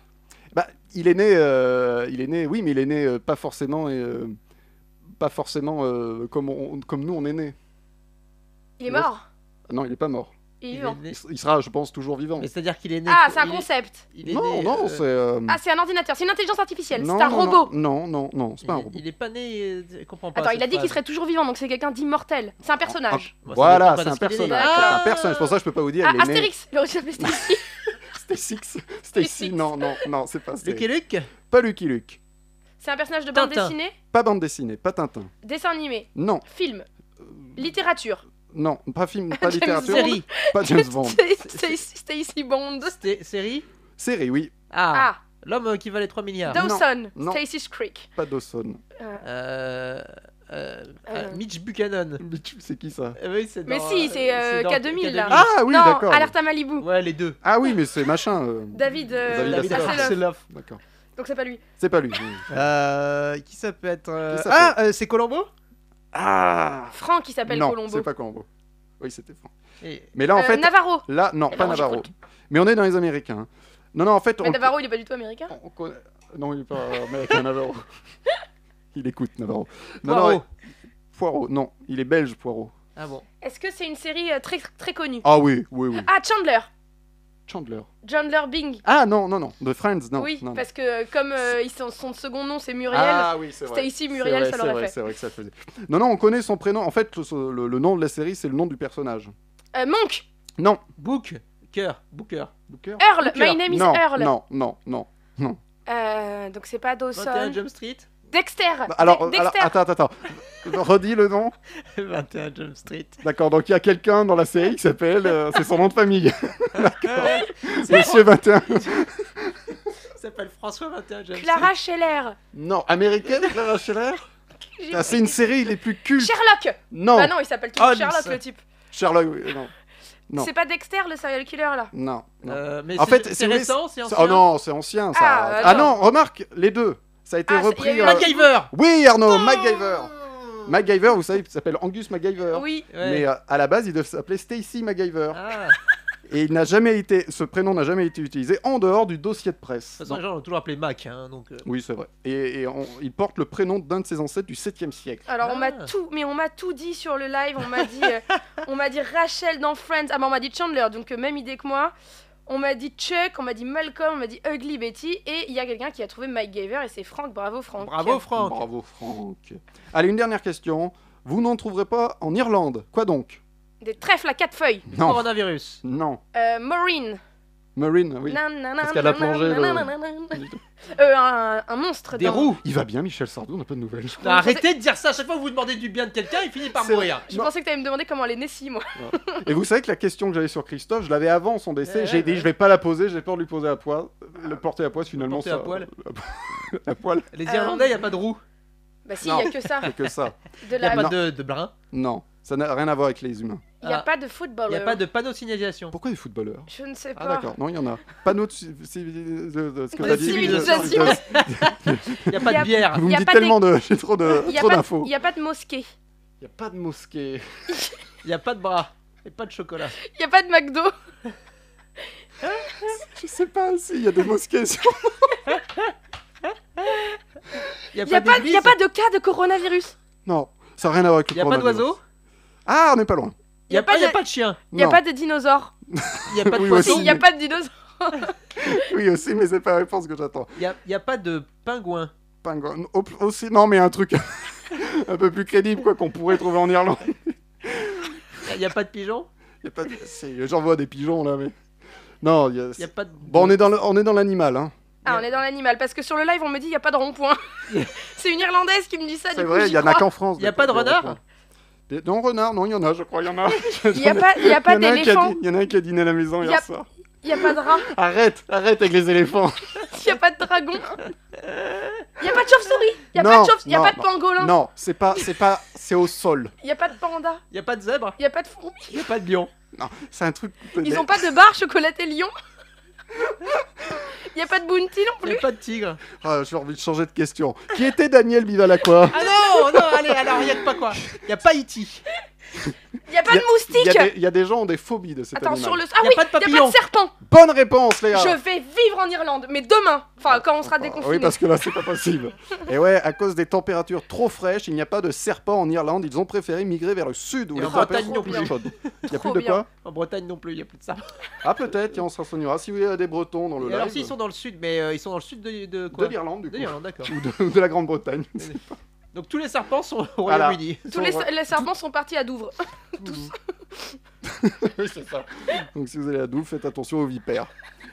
S1: Bah il est né, euh, il est né, oui mais il est né euh, pas forcément, euh, pas forcément euh, comme on- comme nous on est né.
S3: Il est
S1: Ouais.
S3: mort,
S1: Non il est pas mort.
S3: il est
S2: Il est
S3: vivant.
S2: né-
S1: Il, s- il sera je pense toujours vivant.
S2: Mais c'est-à-dire qu'il est né.
S3: Ah, c'est un
S2: il est-
S3: concept.
S2: il est
S1: Non
S2: né,
S1: non
S2: euh,
S1: c'est. euh,
S3: Ah, c'est un ordinateur, c'est une intelligence artificielle, c'est
S1: non,
S3: un
S1: non,
S3: robot.
S1: Non non non, c'est
S2: il,
S1: pas un
S2: est-
S1: robot.
S2: il est pas né. euh, Je comprends pas.
S3: Attends,
S2: cette
S3: il a dit qu'il
S2: phrase.
S3: serait toujours vivant, donc c'est quelqu'un d'immortel. C'est un personnage.
S2: Bon, ça
S1: Ah, voilà,
S2: dépend pas
S1: c'est
S2: de
S1: un
S2: ce qu'il est né.
S1: personnage. C'est un
S2: Ah.
S1: personnage. Pour ça, je peux pas vous dire.
S3: Ah,
S1: il est né.
S3: Astérix, il aurait dû s'appeler Stacy.
S1: Stacy.
S3: Stacy.
S1: Stacy. Non, non, non, c'est pas
S2: Lucky
S1: Stacy.
S2: Luke
S1: Pas Lucky Luke.
S3: C'est un personnage de bande
S2: Tintin.
S3: dessinée,
S1: Pas bande dessinée. Pas Tintin.
S3: dessin animé,
S1: Non,
S3: film,
S2: Euh,
S3: littérature.
S1: non, pas film, pas littérature.
S2: Série
S1: Pas James Bond.
S3: Stacy Stacy Bond.
S2: Sté- Série
S1: Série, oui.
S2: Ah,
S3: Ah,
S2: L'homme euh, qui valait 3 milliards.
S1: Non,
S3: Dawson,
S1: non.
S3: Stacy's Creek.
S1: Pas Dawson.
S2: Euh, euh, euh,
S3: Euh.
S2: Mitch Buchanan.
S1: Mais tu- c'est qui ça
S2: Euh, oui, c'est
S3: Mais
S2: dans,
S3: si, c'est, euh,
S2: dans
S3: K2000, là.
S1: Ah oui,
S3: non,
S1: d'accord.
S3: Alerte à Malibu.
S2: Ouais, les deux.
S1: Ah oui, mais c'est machin. euh,
S3: David, euh,
S1: David
S2: David
S1: Hasselhoff.
S3: Hasselhoff.
S2: Hasselhoff.
S1: D'accord.
S3: Donc c'est pas lui.
S1: C'est pas lui.
S2: Euh, qui ça peut être euh,
S1: Qui ça
S2: Ah, euh, c'est Colombo
S1: Ah
S3: Franck, il s'appelle
S1: Non,
S3: Colombo.
S1: c'est pas Colombo. Oui, c'était Franck.
S2: Et-
S1: Mais là, en
S3: Euh,
S1: fait,
S3: Navarro.
S1: là, non,
S3: Eh
S1: pas
S3: ben, j'ai
S1: Navarro. Mais on est dans les Américains. hein. Non, non, en fait, on.
S3: Mais Navarro, il est pas du tout américain.
S1: on connaît- Non, il est pas américain, Navarro. Il écoute, Navarro. Non,
S2: Poirot.
S1: non, Poirot, non, il est belge, Poirot.
S2: Ah bon.
S3: Est-ce que c'est une série euh, très très connue
S1: Ah oui, oui, oui.
S3: Ah, Chandler.
S1: Chandler.
S3: Chandler Bing.
S1: Ah non, non, non, de Friends, non.
S3: oui,
S1: non, non.
S3: parce que euh, comme euh, ils sont- son second nom c'est Muriel,
S1: Ah oui, c'est vrai.
S3: Stacy
S1: C'est
S3: Muriel,
S1: vrai,
S3: ça
S1: c'est
S3: l'aurait
S1: vrai,
S3: fait.
S1: C'est vrai que ça le faisait. Non, non, on connaît son prénom. En fait, le, le- le nom de la série, c'est le nom du personnage.
S3: Euh, Monk,
S1: Non.
S2: Book. Cœur. Booker.
S1: Booker
S3: Earl,
S2: Booker.
S3: My Name is
S1: non,
S3: Earl.
S1: non, non, non.
S3: Euh, donc c'est pas Dawson.
S2: 21 Jump Street.
S3: Dexter.
S1: Bah, Alors,
S3: De-
S1: euh, alors,
S3: Dexter.
S1: attends, attends, attends. Redis le nom.
S2: 21 Jump Street.
S1: D'accord, donc il y a quelqu'un dans la série qui s'appelle. euh, c'est son nom de famille.
S2: Euh,
S1: Monsieur 21.
S2: Il s'appelle François 21 Jump Street.
S3: Clara Scheller.
S1: Non, américaine, Clara Scheller
S3: J'ai-
S1: Ah, C'est une série les plus cultes.
S3: Sherlock.
S1: Non,
S3: Bah non, il s'appelle toujours
S2: Holmes.
S3: Sherlock le type.
S1: Sherlock, oui, euh, non. Non.
S3: C'est pas Dexter le serial killer là.
S1: Non. non.
S2: Euh, mais
S1: En
S2: c'est-
S1: fait, c'est
S2: c'est
S1: vrai,
S2: récent, c'est ancien.
S1: oh non, c'est ancien ça.
S3: Ah,
S1: Ah,
S3: euh,
S1: non, remarque, les deux. Ça a été
S3: Ah, c'est- il y a
S1: repris.
S3: eu Oh.
S1: euh,
S3: un
S2: MacGyver.
S1: Oui, Arnaud, MacGyver. MacGyver, vous savez, il s'appelle Angus MacGyver.
S3: Oui.
S2: Ouais.
S1: Mais euh, à la base, il devait s'appeler Stacy MacGyver.
S2: Ah,
S1: Et il n'a jamais été, ce prénom n'a jamais été utilisé en dehors du dossier de presse.
S2: de toute façon, les gens l'ont toujours appelé Mac, hein, donc. euh,
S1: Oui, c'est vrai. Et, et on- il porte le prénom d'un de ses ancêtres du 7e siècle.
S3: Alors on m'a
S2: Ah.
S3: tout, mais on m'a tout dit sur le live. On m'a dit, euh, on m'a dit Rachel dans Friends. Ah, mais on m'a dit Chandler, donc euh, même idée que moi. On m'a dit Chuck, on m'a dit Malcolm, on m'a dit Ugly Betty, et il y a quelqu'un qui a trouvé Mike Gaver et c'est Franck. Bravo Franck.
S2: Bravo Franck.
S1: Bravo, Franck. Allez, une dernière question. Vous n'en trouverez pas en Irlande. Quoi donc
S3: Des trèfles à quatre feuilles.
S2: Oh,
S1: Non.
S2: Coronavirus.
S1: Non.
S3: Euh, Maureen.
S1: Marine, Ah oui.
S3: Nanana,
S1: Parce qu'elle a plongé le-
S3: nanana, Euh, un, un monstre.
S2: Des
S3: dans-
S2: roues.
S1: Il va bien, Michel Sardou, on n'a pas de nouvelles.
S2: Non, arrêtez de dire ça. À chaque fois que vous demandez du bien de quelqu'un, il finit par
S1: C'est-
S2: mourir.
S3: Je
S1: Non.
S3: pensais que t'allais me demander comment elle est Nessie, moi.
S1: Et vous savez que la question que j'avais sur Christophe, je l'avais avant son décès.
S2: Ouais,
S1: j'ai
S2: ouais,
S1: dit,
S2: ouais.
S1: je vais pas la poser, j'ai peur de lui poser à poil. Le porter à poil, finalement.
S2: porter
S1: ça-
S2: à poil.
S1: à poil,
S2: Les
S3: Euh,
S2: Irlandais, il n'y a pas de roue.
S3: Bah si, il
S1: Non.
S3: y a que ça.
S1: c'est que ça.
S3: De
S2: Il n'y a
S3: la...
S2: pas
S1: Non.
S2: de, de brin.
S1: Non, ça n'a rien à voir avec les humains.
S3: Il n'y a
S2: Ah.
S3: pas de
S2: Il
S3: footballeur.
S2: n'y a pas de panneau de signalisation.
S1: Pourquoi des footballeurs
S3: Je ne sais
S1: Ah
S3: pas.
S1: d'accord, non, il y en a. Panneau de, ci- civi- de- de- ce que
S3: De
S1: t'as dit.
S3: civilisation.
S2: Il n'y a pas
S3: Il y a-
S2: de bière.
S1: Vous
S3: Y
S1: me
S3: a
S1: dites
S3: pas
S1: tellement de... J'ai trop de-
S3: Il n'y a,
S1: trop
S3: pas de-
S1: d'infos.
S3: il y a pas de mosquée.
S1: Il n'y a pas de mosquée.
S2: Il n'y a pas de bras. Et pas de chocolat.
S3: Il n'y a pas de McDo.
S1: Je sais pas s'il y a des mosquées sur...
S2: Il
S3: Il n'y a, pas- y
S2: d'église.
S3: a pas de cas de coronavirus.
S1: Non, ça n'a rien à voir avec
S2: Il
S1: le
S2: n'y a pas
S1: coronavirus.
S2: d'oiseau.
S1: Ah, on n'est pas loin.
S2: Il n'y a,
S3: Y a pas
S2: pas- y a
S3: de-
S2: pas de chien.
S3: Il n'y a
S1: Non.
S3: pas de dinosaures.
S2: Il n'y a pas de
S1: Oui,
S3: Il
S1: aussi.
S2: poisson.
S3: n'y a pas de dinosaures.
S1: Oui aussi, mais c'est pas la réponse que j'attends.
S2: Il n'y a, y a pas de pingouin.
S1: Pingouin. Au- Aussi, non, mais un truc un peu plus crédible, quoi, qu'on pourrait trouver en Irlande.
S2: Il n'y a pas de pigeon.
S1: Y a pas de- c'est- J'en vois des pigeons, là, mais... Non, y a-
S2: Il n'y a pas de...
S1: Bon, on est dans le- on est dans l'animal, hein.
S3: Ah, on est dans l'animal. Parce que sur le live, on me dit il n'y a pas de rond-point. C'est une Irlandaise qui me dit ça.
S1: C'est vrai, il y en a qu'en France.
S2: Il y a
S1: des-
S2: pas de
S1: des
S2: renard
S1: requins. Des- Non, renard, non, il y en a, je crois, il y en a.
S3: Il n'y a pas, y a pas
S1: Il y en a un qui a
S3: d'éléphant.
S1: dit- Il y en a un qui a dîné à la maison
S3: Y
S1: hier
S3: a-
S1: soir.
S3: Il n'y a pas de rat.
S1: Arrête, arrête avec les éléphants.
S3: Il n'y a pas de dragon. Il n'y a pas de chauve-souris. Il n'y a
S1: Non,
S3: pas de, chauve y a
S1: non,
S3: pas de
S1: non.
S3: pangolin.
S1: Non, c'est pas, c'est pas, c'est au sol.
S3: Il n'y a pas de panda.
S2: Il n'y a pas de zèbre.
S3: Il n'y a pas de fourmi.
S2: Il n'y a pas de lion.
S1: Non, c'est un truc.
S3: Ils ont pas de bar chocolaté lion. Il n'y a pas de bounty non
S2: Il
S3: plus.
S2: n'y a pas de tigre.
S1: Ah, j'ai envie de changer de question. Qui était Daniel Bivalacqua
S2: Ah non, non, allez, alors il n'y a pas quoi. Il n'y a pas Haïti.
S3: Il n'y a pas de
S1: Y a- Il y,
S3: moustique.
S1: a des- il y a des gens qui ont des phobies de cet
S3: Attends,
S1: animal.
S3: sur le. Ah
S2: Y a
S3: oui, il
S2: pas
S3: n'y
S2: de
S3: a pas
S2: papillon.
S3: de serpent.
S1: Bonne réponse, Léa.
S3: Je vais vivre en Irlande, mais demain, enfin quand on sera
S1: Ah,
S3: déconfiné.
S1: oui, parce que là, c'est pas possible. Et ouais, à cause des températures trop fraîches, il n'y a pas de serpent en Irlande. Ils ont préféré migrer vers le sud où
S2: Et
S1: les
S2: en
S1: températures
S2: Bretagne
S1: sont
S2: non
S1: plus
S2: plus.
S1: chaudes. Il n'y a
S3: Trop
S1: plus de
S3: bien.
S1: quoi
S2: En Bretagne non plus, il n'y a plus de ça.
S1: Ah, peut-être, tiens, on se renseignera. Si vous avez des Bretons dans le
S2: Et
S1: live.
S2: alors s'ils sont dans le sud, mais euh, ils sont dans le sud de, de quoi
S1: Oh de l'Irlande, du
S2: De
S1: coup.
S2: l'Irlande, d'accord.
S1: Ou de, ou de la Grande-Bretagne.
S2: Donc tous les serpents sont au
S1: Voilà.
S2: Royaume-Uni.
S3: Tous les, les serpents sont partis à Douvres.
S1: Oui, c'est ça. Donc si vous allez à Douvres, faites attention aux vipères.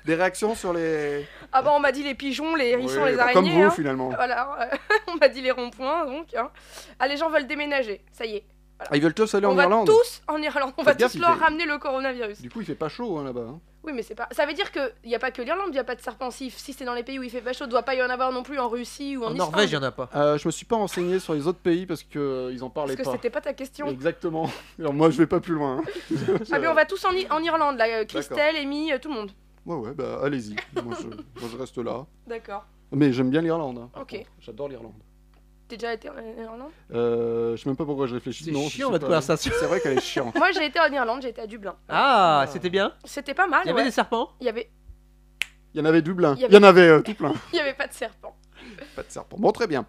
S1: Des réactions sur les.
S3: Ah bah on m'a dit les pigeons, les hérissons,
S1: Oui,
S3: les
S1: bah,
S3: araignées.
S1: Comme vous,
S3: hein.
S1: finalement.
S3: Voilà, euh, on m'a dit les ronds-points donc. hein. Ah les gens veulent déménager, ça y est.
S1: Ah, ils veulent tous aller
S3: on
S1: en
S3: va
S1: Irlande.
S3: tous en Irlande, on va
S1: C'est bien
S3: tous
S1: si
S3: leur
S1: t'es-
S3: ramener le coronavirus.
S1: Du coup, il fait pas chaud hein, là-bas. hein.
S3: Oui mais c'est pas... Ça veut dire qu'il n'y a pas que l'Irlande, il n'y a pas de serpents. Si, si c'est dans les pays où il fait pas chaud, doit pas y en avoir non plus en Russie ou en,
S2: En
S3: Islande.
S2: Norvège, il n'y en a pas.
S1: Euh, je me suis pas renseigné sur les autres pays parce que euh, ils en
S3: Parce
S1: parlaient
S3: que
S1: pas.
S3: c'était pas ta question.
S1: Exactement. Alors moi, je vais pas plus loin. hein.
S3: Ah mais on va tous en, I- en Irlande, là. euh, Christelle, Amy, euh, tout le monde.
S1: Ouais, ouais, bah allez-y. moi, je, moi, je reste là.
S3: D'accord.
S1: Mais j'aime bien l'Irlande. hein, par
S3: Ok.
S1: contre. J'adore l'Irlande.
S3: T'es déjà été en en Irlande
S1: Euh, je sais même pas pourquoi je réfléchis.
S2: C'est
S1: Non, je
S2: chiant
S1: sais
S2: votre
S1: pas.
S2: conversation.
S1: C'est vrai qu'elle est chiante.
S3: Moi j'ai été en Irlande, j'ai été à Dublin.
S2: Ah, c'était bien.
S3: C'était pas mal,
S2: Il y avait
S3: ouais.
S2: des serpents.
S3: Il y avait,
S1: Il y en avait Dublin.
S3: Il
S1: Il
S3: y
S1: y,
S3: avait-
S1: en avait euh, tout plein.
S3: il y avait pas de serpent.
S1: Pas de serpent. Bon, très bien.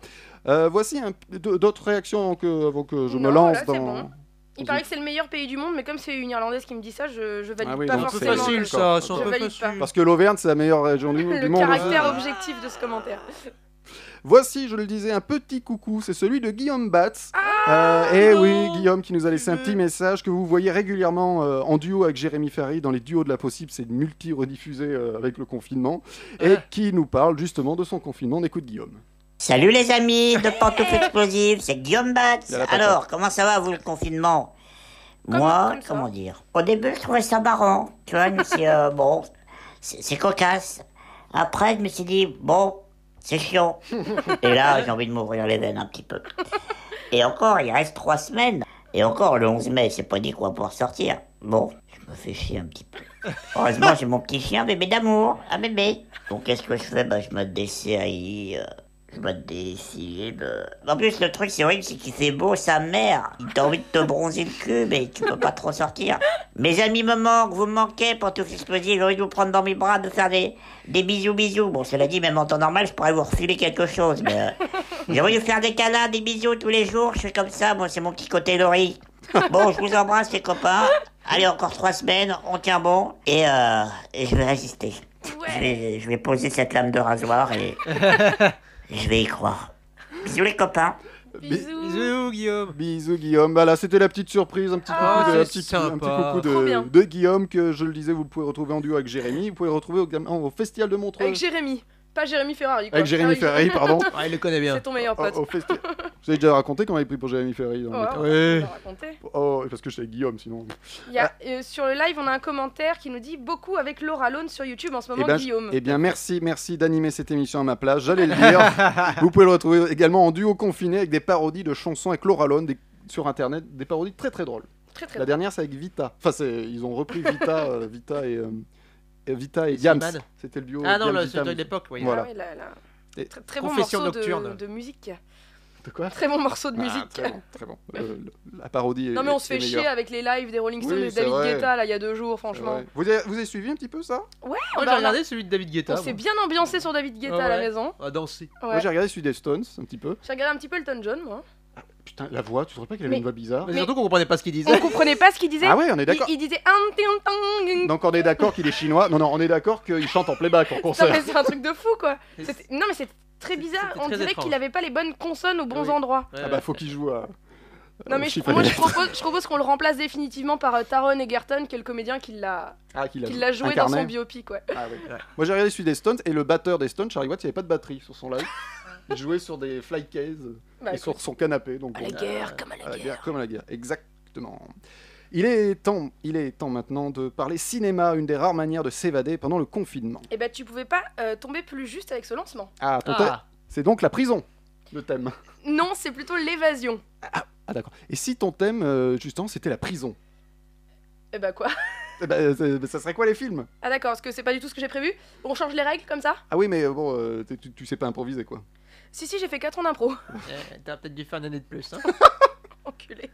S1: Euh, voici un- d- d'autres réactions avant que, avant que je
S3: Non,
S1: me lance
S3: voilà, c'est
S1: dans.
S3: bon. Il paraît que c'est le meilleur pays du monde, mais comme c'est une Irlandaise qui me dit ça, je, je valide
S1: Ah oui,
S3: pas
S1: non,
S2: C'est
S1: c'est-
S3: forcément.
S2: facile
S3: le-
S2: ça, c'est
S1: Je
S2: un peu
S3: valide
S2: facile.
S1: Parce que l'Auvergne, c'est la meilleure région du, du
S3: Le
S1: monde. hein.
S3: caractère
S2: euh,
S1: aussi.
S3: objectif de ce commentaire.
S1: Voici, je le disais, un petit coucou. C'est celui de Guillaume Batz.
S3: Ah,
S1: et oui, Guillaume qui nous a laissé un petit message que vous voyez régulièrement euh, en duo avec Jérémy Ferry dans les duos de la possible. C'est multi-rediffusé euh, avec le confinement. Et
S2: Ah.
S1: qui nous parle justement de son confinement. On écoute Guillaume.
S9: Salut les amis de Pantoufles Explosives, c'est Guillaume Batz.
S1: Y a la patate.
S9: Alors, comment ça va, vous, le confinement
S3: Comme-
S9: Moi,
S3: comme ça.
S9: comment dire Au début, je trouvais ça marrant. Tu vois, je me suis dit, euh, bon, c'est c'est cocasse. Après, je me suis dit, bon, c'est chiant. Et là, j'ai envie de m'ouvrir les veines un petit peu. Et encore, il reste trois semaines. Et encore, le 11 mai, c'est pas dit qu'on va pouvoir sortir. Bon, je me fais chier un petit peu. Heureusement, j'ai mon petit chien, bébé d'amour, un bébé. Donc, qu'est-ce que je fais Bah, je me dessaille, euh, Je dois des syllabes. En plus, le truc, c'est horrible, c'est que c'est beau, sa mère. Il t'a envie de te bronzer le cul, mais tu peux pas trop sortir. Mes amis me manquent, vous me manquez, pour tout explosif, j'ai envie de vous prendre dans mes bras, de faire des, des bisous, bisous. Bon, cela dit, même en temps normal, je pourrais vous refiler quelque chose, mais euh, j'ai envie de vous faire des câlins, des bisous tous les jours, je suis comme ça, moi, c'est mon petit côté Laurie. Bon, je vous embrasse, les copains. Allez, encore trois semaines, on tient bon, et, euh, et je vais résister. Je
S3: Ouais.
S9: vais, je vais poser cette lame de rasoir et je vais y croire. Bisous les copains.
S3: Bisous.
S2: Bisous, Guillaume.
S1: Bisous Guillaume. Voilà, c'était la petite surprise, un petit coucou,
S3: Ah,
S1: de, un
S2: c'est
S1: petit, un petit
S2: sympa.
S1: coucou de-
S3: Trop bien.
S1: de Guillaume que je le disais, vous pouvez retrouver en duo avec Jérémy, vous pouvez retrouver au, gamin- au Festival de Montreux.
S3: Avec Jérémy. Pas Jérémy Ferrari. quoi.
S1: Avec Jérémy
S3: Ferrari.
S1: Ferrari, pardon.
S2: Ah, il le connaît bien.
S3: C'est ton meilleur
S1: Au-
S3: pote.
S1: au festi- Je vous ai déjà raconté comment il est pris pour Jérémy Ferrari. dans le
S3: Ouais,
S1: métro.
S3: on va
S2: Ouais.
S3: pas raconter.
S1: Oh, parce que j'étais avec Guillaume sinon.
S3: Il y a, euh, sur le live, on a un commentaire qui nous dit beaucoup avec Laura Lone sur YouTube en ce
S1: Eh
S3: moment,
S1: ben, je-
S3: Guillaume.
S1: eh bien, merci, merci d'animer cette émission à ma place. J'allais le dire. vous pouvez le retrouver également en duo confiné avec des parodies de chansons avec Laura Lone des- sur Internet, des parodies très très drôles.
S3: Très très
S1: La dernière, c'est avec Vita. Enfin, c'est- ils ont repris Vita, euh, Vita et, euh, et Vita et
S2: Et
S1: Diams.
S2: Slimane.
S1: C'était le duo.
S2: Ah non,
S1: Diams,
S2: le-
S1: Vita,
S2: c'est de
S1: Mus-
S2: l'époque, oui.
S3: bon.
S1: voilà.
S3: Ah ouais, la- la-
S1: Et-
S3: Très, très bon
S2: Confession
S3: morceau de,
S2: nocturne.
S3: de musique.
S1: De quoi
S3: Très bon morceau de
S1: Ah,
S3: musique.
S1: très bon, très bon. Euh, le- la parodie. est-
S3: non mais on se
S1: est
S3: fait
S1: meilleure.
S3: chier avec les lives des Rolling Stones
S1: Oui,
S3: et
S1: c'est
S3: David
S1: vrai.
S3: Guetta là il y a deux jours
S1: C'est
S3: franchement.
S1: vrai. Vous avez, vous avez suivi un petit peu ça
S3: Ouais,
S2: Moi,
S3: bah,
S2: j'ai
S3: on a-
S2: regardé celui de David Guetta.
S3: on
S2: moi.
S3: s'est bien ambiancé sur David Guetta
S2: Ah
S3: à la
S2: ouais.
S3: maison.
S2: À danser.
S1: Moi,
S3: Ouais.
S1: j'ai regardé celui des Stones un petit peu.
S3: J'ai regardé un petit peu Elton John moi.
S1: Putain, la voix, tu te rappelles qu'elle avait
S3: Mais-
S1: une voix bizarre
S2: Mais
S3: Mais-
S2: surtout qu'on comprenait pas ce qu'il disait.
S3: On comprenait pas ce qu'il disait.
S1: Ah ouais, on est
S3: il,
S1: d'accord.
S3: il disait un ting, tang.
S1: Donc on est d'accord qu'il est chinois. Non, non, on est d'accord qu'il chante en playback en
S3: Non,
S1: concert.
S3: mais c'est un truc de fou quoi.
S2: Et
S3: C'était- Non mais c'est très bizarre.
S2: c'était
S3: On
S2: très
S3: dirait
S2: étrange.
S3: qu'il avait pas les bonnes consonnes aux bons
S2: Oui.
S3: endroits.
S2: Ouais,
S1: Ah bah faut qu'il joue à.
S3: Non
S1: au
S3: mais je,
S1: chiffre
S3: moi
S1: des
S3: je propose, je propose qu'on le remplace définitivement par euh, Taron Egerton qui est le comédien qui l'a
S1: Ah, qu'il a
S3: qui l'a joué dans son
S1: incarné.
S3: biopic ouais.
S1: Ah oui.
S2: Ouais.
S1: Moi j'ai regardé celui des Stones et le batteur des Stones, Charlie Watts, il n'y avait pas de batterie sur son live. Il jouait sur des fly cases
S3: Bah,
S1: et sur son canapé. Donc
S3: à
S1: bon,
S3: la guerre comme à
S1: à
S3: la
S1: la
S3: guerre.
S1: guerre comme à la guerre, exactement. Il est temps, il est temps maintenant de parler cinéma, une des rares manières de s'évader pendant le confinement.
S3: Et bah tu pouvais pas euh, tomber plus juste avec ce lancement.
S1: Ah, ton thème-
S2: Ah,
S1: c'est donc la prison, le thème.
S3: Non c'est plutôt l'évasion.
S1: Ah d'accord. Et si ton thème, euh, justement, c'était la prison,
S3: Et bah quoi
S1: eh ben, c'est- ça serait quoi les films
S3: Ah d'accord parce que c'est pas du tout ce que j'ai prévu. On change les règles comme ça
S1: Ah oui, mais euh, bon, euh, tu, tu- tu sais pas improviser quoi.
S3: Si si j'ai fait 4 ans d'impro.
S2: euh, t'as peut-être dû faire une année de plus. Hein.
S3: Enculé.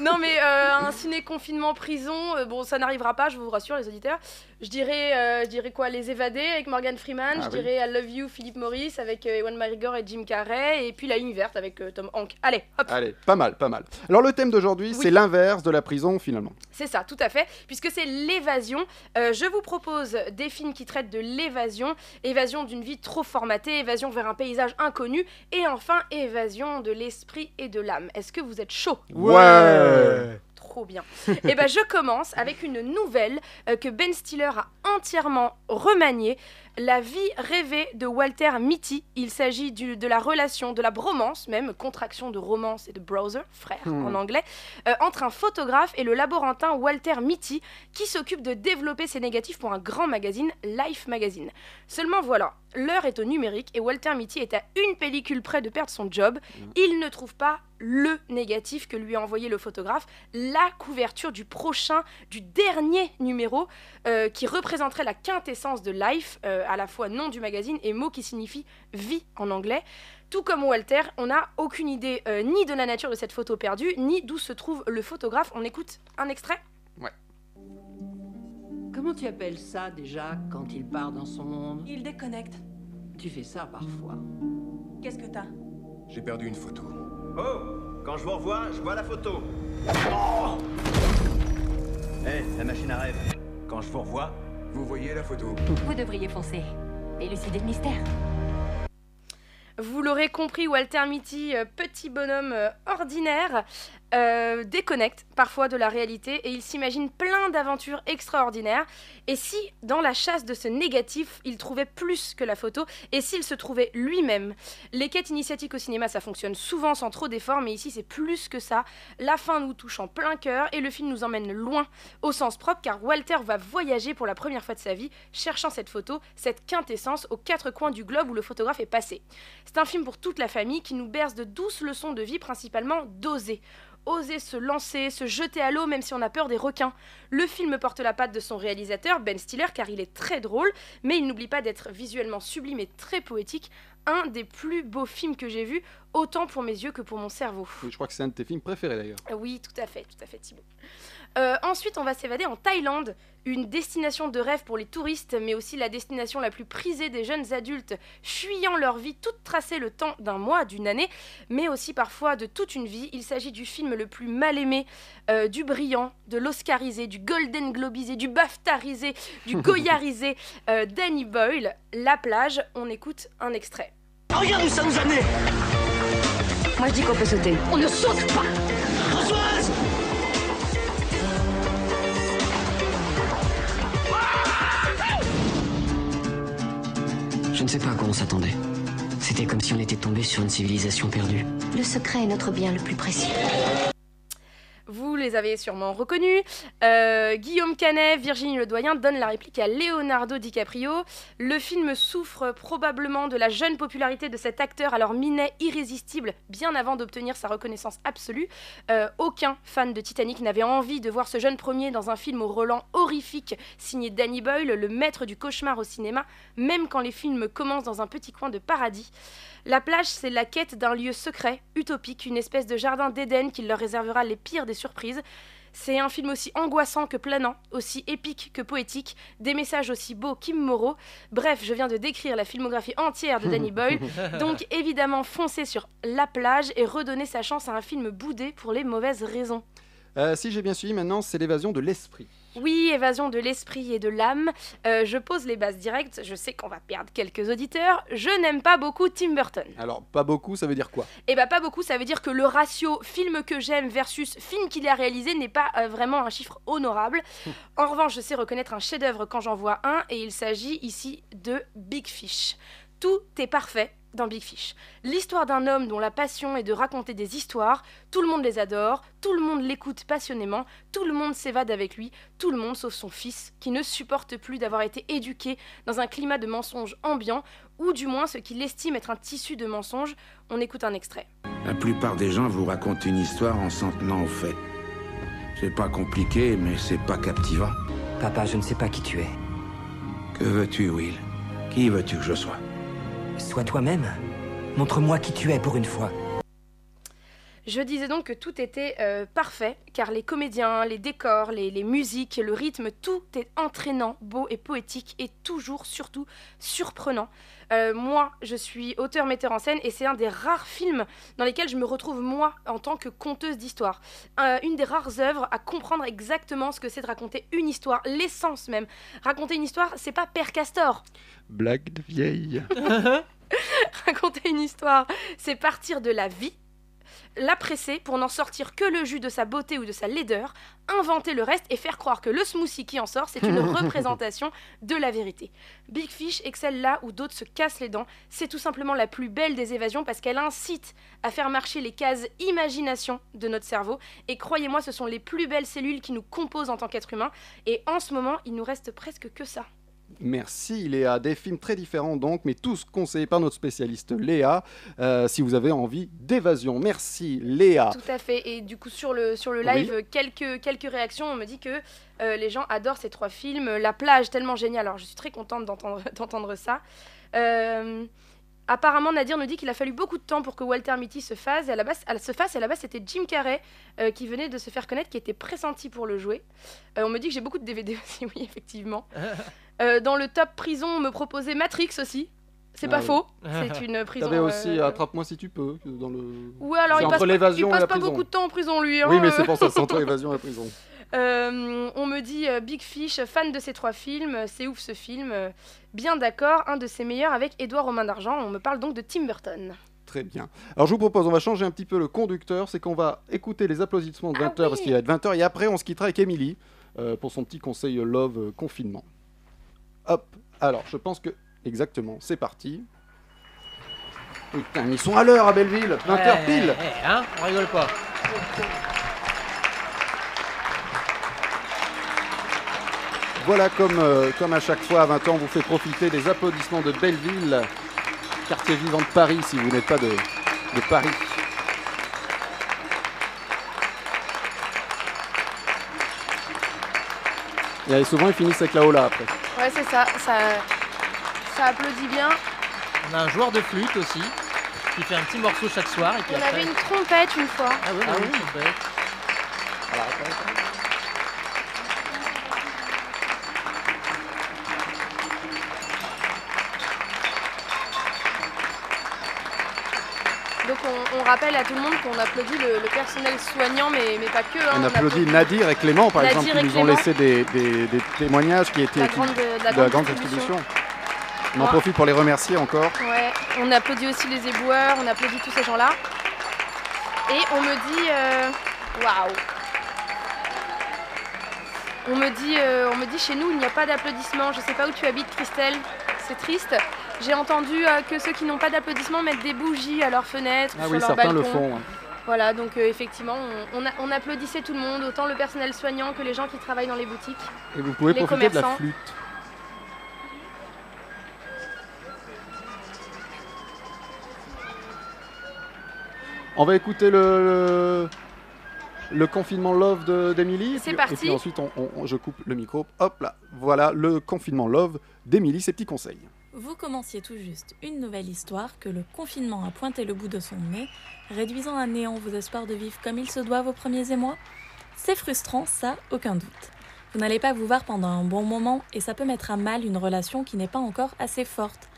S3: non mais euh, un ciné confinement prison, euh, bon ça n'arrivera pas, je vous rassure les auditeurs. Je dirais, euh, je dirais quoi, les évadés avec Morgan Freeman,
S1: Ah
S3: je
S1: oui.
S3: dirais I Love You Philippe Morris avec euh, Ewan McGregor et Jim Carrey et puis La Ligne verte avec euh, Tom Hanks. Allez, hop,
S1: Allez, pas mal, pas mal. Alors le thème d'aujourd'hui,
S3: Oui.
S1: c'est l'inverse de la prison finalement.
S3: c'est ça, tout à fait, puisque c'est l'évasion. Euh, je vous propose des films qui traitent de l'évasion, évasion d'une vie trop formatée, évasion vers un paysage inconnu et enfin évasion de l'esprit et de l'âme. Est-ce que vous êtes chaud
S10: Oh,
S1: Ouais.
S3: Trop bien. Et ben je commence avec une nouvelle euh, que Ben Stiller a entièrement remaniée, La vie rêvée de Walter Mitty. Il s'agit du- de la relation, de la bromance même, contraction de romance et de browser, frère
S1: Hmm.
S3: en anglais, euh, entre un photographe et le laborantin Walter Mitty qui s'occupe de développer ses négatifs pour un grand magazine, Life Magazine. Seulement voilà, l'heure est au numérique et Walter Mitty est à une pellicule près de perdre son job. Il ne trouve pas le négatif que lui a envoyé le photographe, la couverture du prochain, du dernier numéro euh, qui représenterait la quintessence de Life, euh, à la fois nom du magazine et mot qui signifie vie en anglais. Tout comme Walter, on n'a aucune idée euh, ni de la nature de cette photo perdue, ni d'où se trouve le photographe. On écoute un extrait
S11: Comment tu appelles ça déjà quand il part dans son monde
S12: Il déconnecte.
S11: Tu fais ça parfois.
S12: Qu'est-ce que t'as
S5: J'ai perdu une photo.
S13: Oh Quand je vous revois, je vois la photo. Eh, la machine à rêve. Quand je vous revois,
S5: Vous voyez la photo
S12: Vous devriez foncer. Élucider le mystère.
S3: Vous l'aurez compris, Walter Mitty, euh, petit bonhomme euh, ordinaire, euh, déconnecte parfois de la réalité et il s'imagine plein d'aventures extraordinaires. Et si, dans la chasse de ce négatif, il trouvait plus que la photo, et s'il se trouvait lui-même Les quêtes initiatiques au cinéma, ça fonctionne souvent sans trop d'efforts, mais ici c'est plus que ça. La fin nous touche en plein cœur et le film nous emmène loin, au sens propre, car Walter va voyager pour la première fois de sa vie, cherchant cette photo, cette quintessence aux quatre coins du globe où le photographe est passé. C'est un film pour toute la famille qui nous berce de douces leçons de vie, principalement d'oser. Oser se lancer, se jeter à l'eau même si on a peur des requins. Le film porte la patte de son réalisateur, Ben Stiller, car il est très drôle, mais il n'oublie pas d'être visuellement sublime et très poétique. un des plus beaux films que j'ai vus, autant pour mes yeux que pour mon cerveau.
S1: Oui, je crois que c'est un de tes films préférés d'ailleurs.
S3: Oui, tout à fait, tout à fait, Thibaut. Euh, ensuite, on va s'évader en Thaïlande, une destination de rêve pour les touristes, mais aussi la destination la plus prisée des jeunes adultes, fuyant leur vie toute tracée le temps d'un mois, d'une année, mais aussi parfois de toute une vie. Il s'agit du film le plus mal aimé, euh, du brillant, de l'oscarisé, du golden globisé, du baftarisé, du goyarisé, euh, Danny Boyle, La plage. On écoute un extrait.
S10: Regarde où ça nous a menés
S14: Moi je dis qu'on peut sauter.
S10: On ne saute pas Françoise
S15: Je ne sais pas à quoi on s'attendait. C'était comme si on était tombé sur une civilisation perdue.
S16: Le secret est notre bien le plus précieux.
S3: Vous les avez sûrement reconnus. Euh, Guillaume Canet, Virginie Ledoyen donne la réplique à Leonardo DiCaprio. Le film souffre probablement de la jeune popularité de cet acteur, alors minet irrésistible, bien avant d'obtenir sa reconnaissance absolue. Euh, aucun fan de Titanic n'avait envie de voir ce jeune premier dans un film au Roland horrifique, signé Danny Boyle, le maître du cauchemar au cinéma, même quand les films commencent dans un petit coin de paradis. La plage, c'est la quête d'un lieu secret, utopique, une espèce de jardin d'Éden qui leur réservera les pires des surprises. C'est un film aussi angoissant que planant, aussi épique que poétique, des messages aussi beaux qu'imoraux. Bref, je viens de décrire la filmographie entière de Danny Boyle. Donc évidemment, foncez sur La plage et redonnez sa chance à un film boudé pour les mauvaises raisons.
S1: Euh, si j'ai bien suivi maintenant, c'est l'évasion de l'esprit.
S3: Oui, évasion de l'esprit et de l'âme. Euh, je pose les bases directes, je sais qu'on va perdre quelques auditeurs. Je n'aime pas beaucoup Tim Burton.
S1: Alors, pas beaucoup, ça veut dire quoi
S3: Eh bah pas beaucoup, ça veut dire que le ratio film que j'aime versus film qu'il a réalisé n'est pas euh, vraiment un chiffre honorable. En revanche, je sais reconnaître un chef-d'œuvre quand j'en vois un, et il s'agit ici de Big Fish. Tout est parfait dans Big Fish. L'histoire d'un homme dont la passion est de raconter des histoires, tout le monde les adore, tout le monde l'écoute passionnément, tout le monde s'évade avec lui, tout le monde sauf son fils, qui ne supporte plus d'avoir été éduqué dans un climat de mensonges ambiant, ou du moins ce qu'il estime être un tissu de mensonges. On écoute un extrait.
S17: La plupart des gens vous racontent une histoire en s'en tenant au fait. C'est pas compliqué, mais c'est pas captivant.
S15: Papa, je ne sais pas qui tu es.
S17: Que veux-tu, Will Qui veux-tu que je sois
S15: Sois toi-même. Montre-moi qui tu es pour une fois.
S3: Je disais donc que tout était euh, parfait, car les comédiens, les décors, les, les musiques, le rythme, tout est entraînant, beau et poétique, et toujours, surtout, surprenant. Euh, moi, je suis auteur-metteur en scène, et c'est un des rares films dans lesquels je me retrouve moi en tant que conteuse d'histoire. Euh, une des rares œuvres à comprendre exactement ce que c'est de raconter une histoire, l'essence même. Raconter une histoire, c'est pas Père Castor.
S1: Blague de vieille.
S3: raconter une histoire, c'est partir de la vie, la presser pour n'en sortir que le jus de sa beauté ou de sa laideur, inventer le reste et faire croire que le smoothie qui en sort, c'est une représentation de la vérité. Big Fish excelle là où d'autres se cassent les dents. C'est tout simplement la plus belle des évasions parce qu'elle incite à faire marcher les cases imagination de notre cerveau. Et croyez-moi, ce sont les plus belles cellules qui nous composent en tant qu'être humain. Et en ce moment, il nous reste presque que ça.
S1: Merci Léa, des films très différents donc, mais tous conseillés par notre spécialiste Léa, euh, si vous avez envie d'évasion. Merci Léa.
S3: Tout à fait. Et du coup, sur le, sur le
S1: Ah. Oui.
S3: live, quelques, quelques réactions. On me dit que euh, les gens adorent ces trois films. La plage, tellement géniale. Alors, je suis très contente d'entendre d'entendre ça. Euh, apparemment, Nadir nous dit qu'il a fallu beaucoup de temps pour que Walter Mitty se fasse. Et à la base, à- se fasse. Et à la base, c'était Jim Carrey euh, qui venait de se faire connaître, qui était pressenti pour le jouer. Euh, on me dit que j'ai beaucoup de DVD aussi, oui, effectivement.
S6: Ah.
S3: Euh, dans le top prison, on me proposait Matrix aussi. C'est pas
S1: Ah oui.
S3: faux. C'est une prison.
S1: T'avais
S3: euh,
S1: aussi Attrape-moi si tu peux que dans le.
S3: Ouais, alors
S1: C'est
S3: il
S1: entre
S3: passe, pas,
S1: l'évasion
S3: il
S1: et
S3: passe
S1: la
S3: pas
S1: prison.
S3: beaucoup de temps en prison, lui. hein,
S1: Oui, mais
S3: euh.
S1: c'est pour ça, c'est entre évasion et la prison.
S3: Euh, on me dit euh, Big Fish, fan de ces trois films, euh, c'est ouf ce film. euh, bien d'accord, un de ses meilleurs avec Édouard Romain d'Argent. On me parle donc de Tim Burton.
S1: Très bien. Alors je vous propose, on va changer un petit peu le conducteur, c'est qu'on va écouter les applaudissements
S2: Ah
S1: de 20h, parce qu'il est 20h, et après on se quittera avec Émilie euh, pour son petit conseil Love euh, Confinement. Hop, alors je pense que... Exactement, c'est parti. Putain, ils sont à l'heure à Belleville, 20h
S2: Ouais,
S1: pile
S2: ouais, hein, on rigole pas.
S1: Voilà, comme, euh, comme à chaque fois, à 20 ans, on vous fait profiter des applaudissements de Belleville, quartier vivant de Paris, si vous n'êtes pas de, de Paris. Et souvent, ils finissent avec la hola après.
S3: Ouais, c'est ça, ça. Ça applaudit bien.
S2: On a un joueur de flûte aussi qui fait un petit morceau chaque soir. Et puis
S3: On
S2: après-
S3: avait une trompette une fois.
S2: Ah oui, on avait une trompette. Alors, attends, attends.
S3: Donc on, on rappelle à tout le monde qu'on applaudit le, le personnel soignant, mais, mais pas que. hein.
S1: On applaudit Nadir et Clément, par
S3: Nadir
S1: exemple,
S3: et
S1: qui nous ont
S3: Clément.
S1: laissé des, des- des témoignages qui étaient
S3: La grande- euh,
S1: de
S3: la grande
S1: distribution.
S3: distribution.
S1: On en
S3: Ouais.
S1: profite pour les remercier encore.
S3: Ouais, on applaudit aussi les éboueurs, on applaudit tous ces gens-là. Et on me dit. euh, Waouh! On me dit, euh, on me dit chez nous il n'y a pas d'applaudissements. Je sais pas où tu habites, Christelle. C'est triste. J'ai entendu euh, que ceux qui n'ont pas d'applaudissements mettent des bougies à leurs fenêtres.
S1: Ah
S3: sur
S1: oui,
S3: leur
S1: certains le
S3: balcon.
S1: font. ouais.
S3: Voilà, donc euh, effectivement, on, on a- on applaudissait tout le monde, autant le personnel soignant que les gens qui travaillent dans les boutiques.
S1: Et vous pouvez
S3: les
S1: profiter de la
S3: commerçants.
S1: flûte. On va écouter le, le, le confinement love de- d'Emily. et
S3: C'est
S1: puis-
S3: parti.
S1: Et puis ensuite, on- on- on- je coupe le micro. Hop là, voilà le confinement love d'Emily, ses petits conseils.
S18: Vous commenciez tout juste une nouvelle histoire que le confinement a pointé le bout de son nez, réduisant à néant vos espoirs de vivre comme il se doit vos premiers émois C'est frustrant, ça, aucun doute. Vous n'allez pas vous voir pendant un bon moment et ça peut mettre à mal une relation qui n'est pas encore assez forte.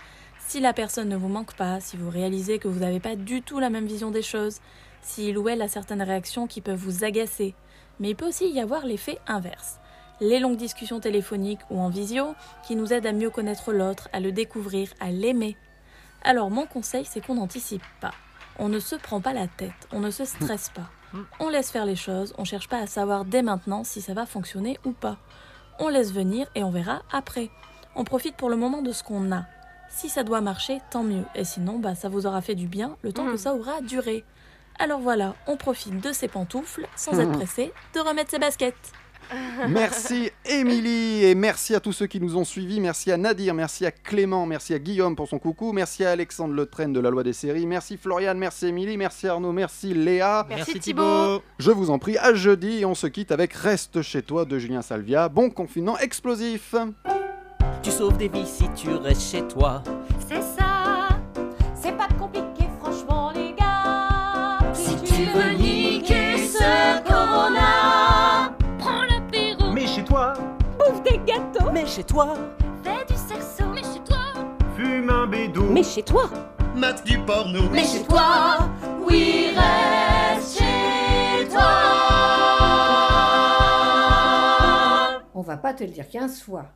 S18: Si la personne ne vous manque pas, si vous réalisez que vous n'avez pas du tout la même vision des choses, si il ou elle a certaines réactions qui peuvent vous agacer. Mais il peut aussi y avoir l'effet inverse. Les longues discussions téléphoniques ou en visio qui nous aident à mieux connaître l'autre, à le découvrir, à l'aimer. Alors mon conseil, c'est qu'on n'anticipe pas. On ne se prend pas la tête, on ne se stresse pas. On laisse faire les choses, on cherche pas à savoir dès maintenant si ça va fonctionner ou pas. On laisse venir et on verra après. On profite pour le moment de ce qu'on a. Si ça doit marcher, tant mieux. Et sinon, bah, ça vous aura fait du bien le temps que ça aura duré. Alors voilà, on profite de ses pantoufles sans être
S1: Mhm.
S18: pressé de remettre ses baskets.
S1: Merci Émilie et merci à tous ceux qui nous ont suivis. Merci à Nadir, merci à Clément, merci à Guillaume pour son coucou, merci à Alexandre Le Train de la loi des séries, merci Florian, merci Émilie, merci Arnaud, merci Léa.
S2: Merci Merci Thibaut. Thibaut.
S1: Je vous en prie, à jeudi et on se quitte avec Reste chez toi de Julien Salvia. Bon confinement explosif.
S19: Tu sauves des vies si tu restes chez toi.
S10: C'est ça, c'est pas compliqué, franchement, les gars. Si tu veux niquer ce qu'on a, prends l'apéro. Mais chez toi, bouffe des gâteaux. Mais chez toi, fais du sexo. Mais chez toi,
S13: Fume un bédou.
S10: mais chez toi,
S13: Mate du porno.
S10: mais chez toi, oui, reste chez toi.
S20: On va pas te le dire 15 fois.